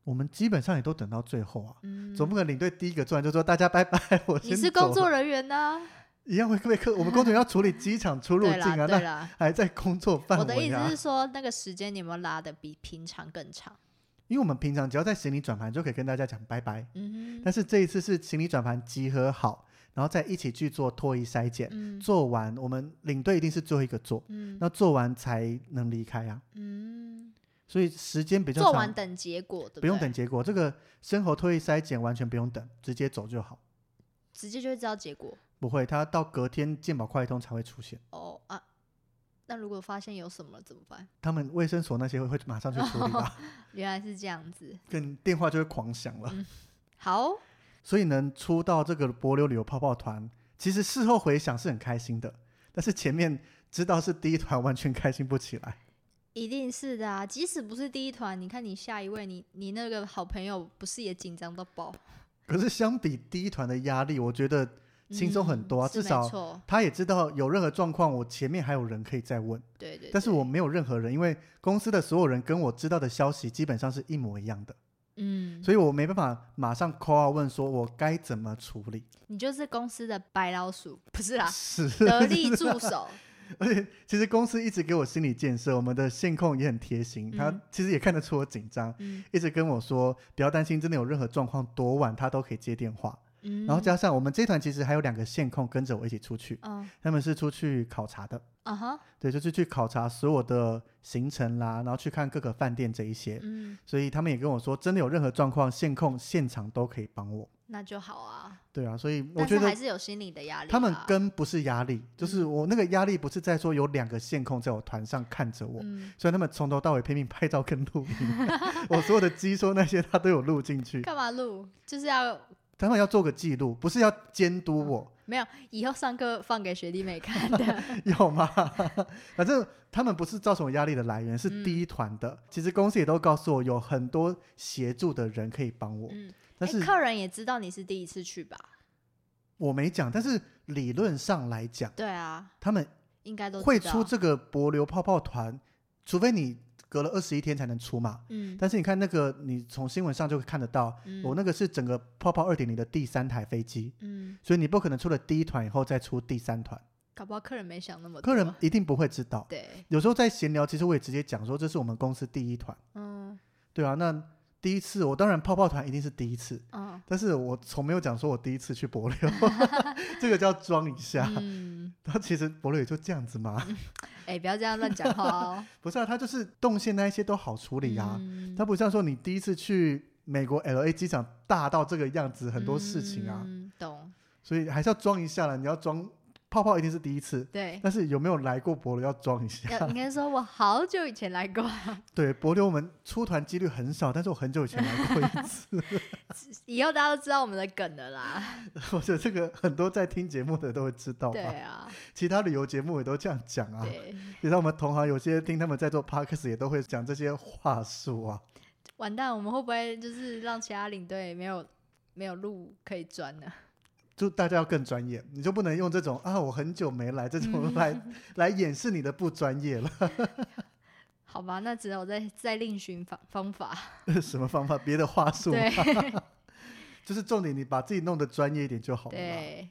我们基本上也都等到最后啊，
嗯，
总不可能领队第一个做完就说大家拜拜，我
你
先
是
走
工作
了
人员呢、
一样会被客，我们工作人员要处理机场出入
对
境
啦，
啊，那
对啦。
还在工作范
我
围、啊、
的意思是说，那个时间你有没有拉的比平常更长？
因为我们平常只要在行李转盘就可以跟大家讲拜拜，
嗯哼，
但是这一次是行李转盘集合好，然后再一起去做脱衣筛检，
嗯
做完我们领队一定是最后一个做，
嗯
那做完才能离开啊，
嗯，
所以时间比较
做完
长，
等结果，对不对？
不用等，结果，这个生活脱衣筛检完全不用等，直接走就好，
直接就会知道结果。
不会，它到隔天健保快通才会出现，
哦啊，那如果发现有什么怎么办？
他们卫生所那些会会马上去处理 吧，
原来是这样子。
跟电话就会狂响了。
嗯好，
所以能出到这个柏流旅游泡泡团，其实事后回想是很开心的，但是前面知道是第一团，完全开心不起来。
一定是的啊。即使不是第一团，你看你下一位，你你那个好朋友不是也紧张到爆？
可是相比第一团的压力，我觉得轻松很多啊
嗯是
至少
没错
他也知道有任何状况，我前面还有人可以再问，
对对。
但是
对
我没有任何人，因为公司的所有人跟我知道的消息基本上是一模一样的，
嗯，
所以我没办法马上 call out 问说我该怎么处理。
啊你就是公司的白老鼠，不是啦，
是，啊
得力助手。
而且其实公司一直给我心理建设，我们的线控也很贴心，他
嗯
其实也看得出我紧张，
嗯
一直跟我说不要担心，真的有任何状况，多晚他都可以接电话。
嗯，
然后加上我们这团其实还有两个线控跟着我一起出去，
嗯
他们是出去考察的，
啊哈，
对，就是去考察所有的行程啦，然后去看各个饭店这一些。
嗯，
所以他们也跟我说，真的有任何状况，线控现场都可以帮我。
那就好啊。
对啊，所以我
但
觉
是
得
还是有心理的压力啦。啊嗯
他们跟不是压力，就是我那个压力不是在说有两个线控在我团上看着我，
嗯，
所以他们从头到尾拼命拍照跟录音， 我所有的机说那些他都有录进去，
干嘛录？就是要
他们要做个记录，不是要监督我，
没有以后上课放给学弟妹看的。
有吗？反正他们不是造成我压力的来源，
嗯
是第一团的。其实公司也都告诉我有很多协助的人可以帮我，
嗯，
但
诶
是
客人也知道你是第一次去吧？
我没讲，但是理论上来讲，
对啊，
他们
应该都知
会
道
出这个柏流泡泡团，除非你隔了二十一天才能出嘛。
嗯
但是你看那个，你从新闻上就看得到，
嗯
我那个是整个泡泡二点零的第三台飞机，
嗯，
所以你不可能出了第一团以后再出第三团，
搞不好客人没想那么多。
客人一定不会知道。
对，
有时候在闲聊，其实我也直接讲说这是我们公司第一团，
嗯
对啊，那第一次我当然泡泡团一定是第一次，
嗯
但是我从没有讲说我第一次去 柏流，这个叫装一下。
嗯，
他其实柏流也就这样子嘛，
哎、不要这样乱讲话 哦。
不是啊，他就是动线那一些都好处理啊，
嗯
他不像说你第一次去美国 L A 机场大到这个样子，很多事情啊，
嗯懂？
所以还是要装一下啦。你要装泡泡一定是第一次，
对，
但是有没有来过柏流要装一下。
要应该说我好久以前来过，
对，柏流我们出团几率很少，但是我很久以前来过一次，
以后大家都知道我们的梗了啦。
我觉得这个很多在听节目的都会知道
对
吧。
啊，
其他旅游节目也都这样讲啊，
对，
你知道我们同行有些听他们在做 podcast 也都会讲这些话术啊。
完蛋，我们会不会就是让其他领队没有没有路可以钻呢？
就大家要更专业，你就不能用这种啊，我很久没来这
嗯
种来、来掩饰你的不专业了。
好吧，那只有再再另寻方 方法。
什么方法？别的话术吗？啊
对
就是重点，你把自己弄得专业一点就好了啦。
对，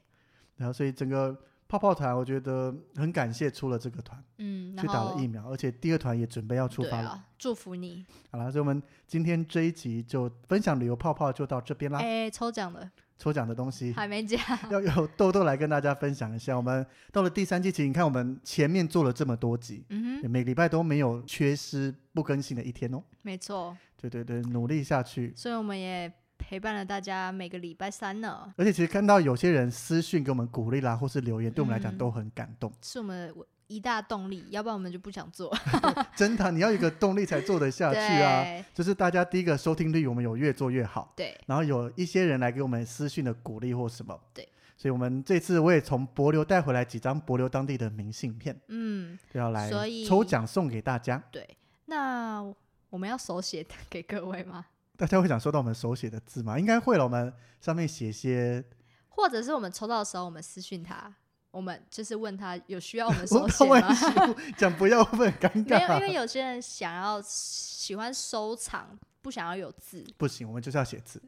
然后，所以整个泡泡团，我觉得很感谢出了这个团，
嗯，然
去打
后
了疫苗，而且第二团也准备要出
对
发了。
啊，祝福你。
好啦，所以我们今天这一集就分享旅游泡泡就到这边啦。嗯
哎、抽奖了
抽奖的东西
还没讲，
要 由豆豆来跟大家分享一下。我们到了第三季，其实你看我们前面做了这么多集，
嗯哼，
每个礼拜都没有缺失不更新的一天哦。
没错，
对对对，努力下去。
所以我们也陪伴了大家每个礼拜三呢，
而且其实看到有些人私讯给我们鼓励啦，或是留言，对我们来讲
嗯
都很感动。
是我们的一大动力，要不然我们就不想做。
真的啊，你要有一个动力才做得下去啊。
对
就是大家第一个收听率，我们有越做越好，
对，
然后有一些人来给我们私讯的鼓励或什么。
对，
所以我们这次我也从博流带回来几张博流当地的明信片，
嗯，
要来
所以
抽奖送给大家。
对。那我们要手写给各位吗？
大家会想收到我们手写的字吗？应该会了，我们上面写些
或者是我们抽到的时候，我们私讯他，我们就是问他有需要我们手
我
写
我
吗
很？辛苦，讲不要会不会很尴
没有，因
尬？
为有些人想要喜欢收藏，不想要有字。
不行，我们就是要写字，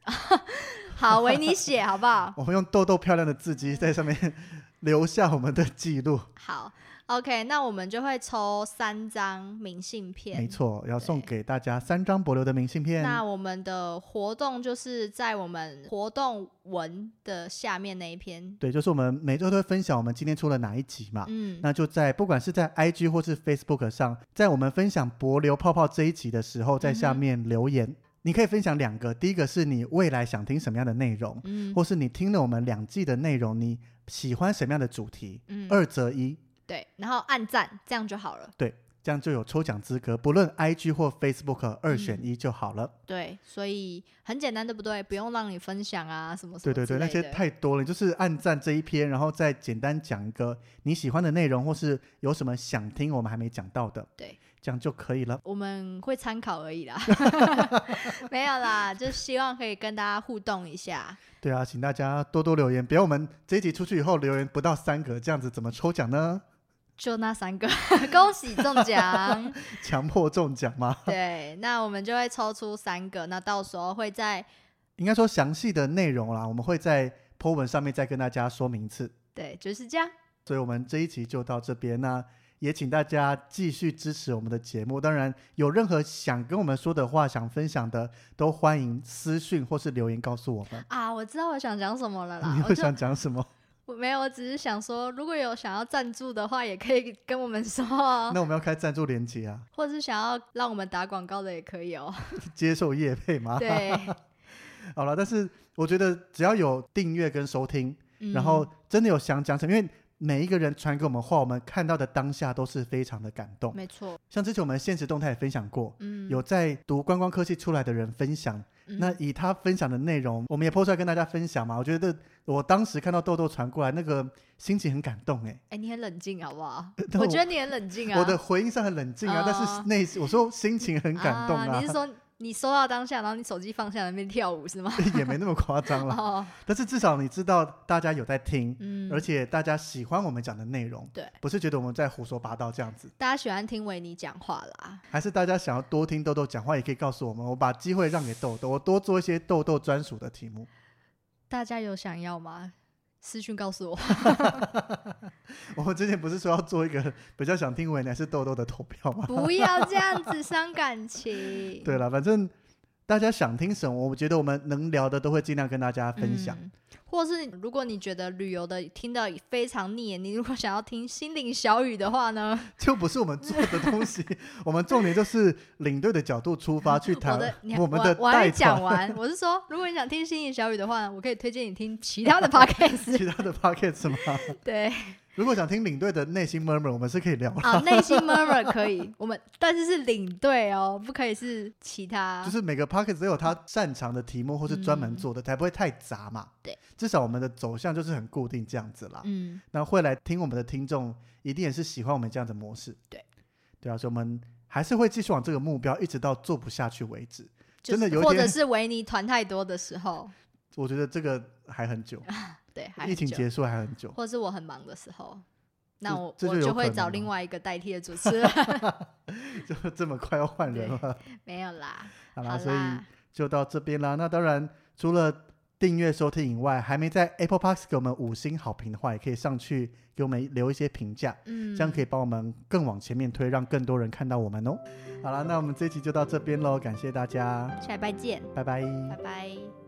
好，为你写好不好？
我们用豆豆漂亮的字迹在上面留下我们的记录。
好，OK，那我们就会抽三张明信片。
没错，要送给大家三张博流的明信片。
那我们的活动就是在我们活动文的下面那一篇。
对，就是我们每周都会分享我们今天出了哪一集嘛。
嗯，
那就在不管是在 IG 或是 Facebook 上，在我们分享博流泡泡这一集的时候，在下
嗯哼
面留言，你可以分享两个，第一个是你未来想听什么样的内容，
嗯
或是你听了我们两季的内容，你喜欢什么样的主题，
嗯，
二择一。
对，然后按赞，这样就好了。
这样就有抽奖资格，不论 IG 或 Facebook
嗯
二选一就好了。
对，所以很简单，对不对？不用让你分享啊，什么什
对对
么
对，
之
那
类
些
的
太多了，就是按赞这一篇，然后再简单讲一个你喜欢的内容，或是有什么想听我们还没讲到的，
对，
这样就可以了。
我们会参考而已 啦， 没有啦，就希望可以跟大家互动一下。
对啊，请大家多多留言，不要我们这一集出去以后留言不到三个，这样子怎么抽奖呢？
就那三个， 恭喜中 奖！
强迫中奖吗？
对，那我们就会抽出三个，那到时候会在
应该说详细的内容啦，我们会在 po 文上面再跟大家说明一次。
对，就是这样。
所以我们这一期就到这边，那也请大家继续支持我们的节目。当然，有任何想跟我们说的话、想分享的，都欢迎私讯或是留言告诉我们。
啊，我知道我想讲什么了啦
你。
我
会
就
想讲什么？
我没有，我只是想说，如果有想要赞助的话，也可以跟我们说哦，
那我们要开赞助连接啊，
或是想要让我们打广告的也可 以哦。
接受业配吗？
对，
好了，但是我觉得只要有订阅跟收听，
嗯
然后真的有想讲什么，因为每一个人传给我们话，我们看到的当下都是非常的感动。
没错，
像之前我们现实动态也分享过，
嗯，
有在读观光科技出来的人分享，
嗯
那以他分享的内容，我们也 po 出来跟大家分享嘛。我觉得我当时看到豆豆传过来，那个心情很感动哎、
哎、你很冷静好 不好？
但
我觉得你很冷静啊。
我的回应是很冷静啊，但
哦
是内心我说心情很感动
啊
啊
你 是说你收到当下，然后你手机放下，那边跳舞是吗？
也没那么夸张啦。
哦，
但是至少你知道大家有在听，
嗯，
而且大家喜欢我们讲的内容，
对，
不是觉得我们在胡说八道这样子，
大家喜欢听维尼讲话啦。
还是大家想要多听豆豆讲话，也可以告诉我们，我把机会让给豆豆，我多做一些豆豆专属的题目。
大家有想要吗？私讯告诉我。
我们之前不是说要做一个比较想听维乃是豆豆的投票吗？
不要这样子伤感情。
对了，反正大家想听什么，我觉得我们能聊的都会尽量跟大家分享。
嗯或是如果你觉得旅游的听到非常腻，你如果想要听心灵小语的 话呢，
就不是我们做的东 西，我们重点就是领队的角度出发去谈
我的你
我们的
我我还
带
没讲
团。
完，我是说，如果你想听心灵小语的话，我可以推荐你听其他的 podcast。
其他的 pockets 吗？
对
如果想听领队的内心 murmur，我们是可以聊的，
啊，内心 murmur 可以，我们但是是领队哦，不可以是其他。
就是每个 pockets 都有他擅长的题目或是专门做的，才不会太杂嘛。
嗯对，
至少我们的走向就是很固定这样子啦。
嗯，
那会来听我们的听众，一定也是喜欢我们这样的模式。
对，
对啊，所以我们还是会继续往这个目标，一直到做不下去为止。
就
真的
是
有一
或
天
者是维尼团太多的时候，
我觉得这个还很久，
对， 还
疫
很
情
久
结束还很久。
或是我很忙的时候，那
这
我
这就
我
有
就
可
会
能
找
吗
另外一个代替的主持人。
就这么快要换人了，
没有啦，
好啦，
好
所以
啦，
就到这边啦。那当然，除了订阅收听以外，还没在 Apple Park 给我们五星好评的话，也可以上去给我们留一些评价，
嗯，
这样可以帮我们更往前面推，让更多人看到我们哦。好啦，那我们这期就到这边喽，感谢大家，
下礼拜见，
拜拜
拜拜。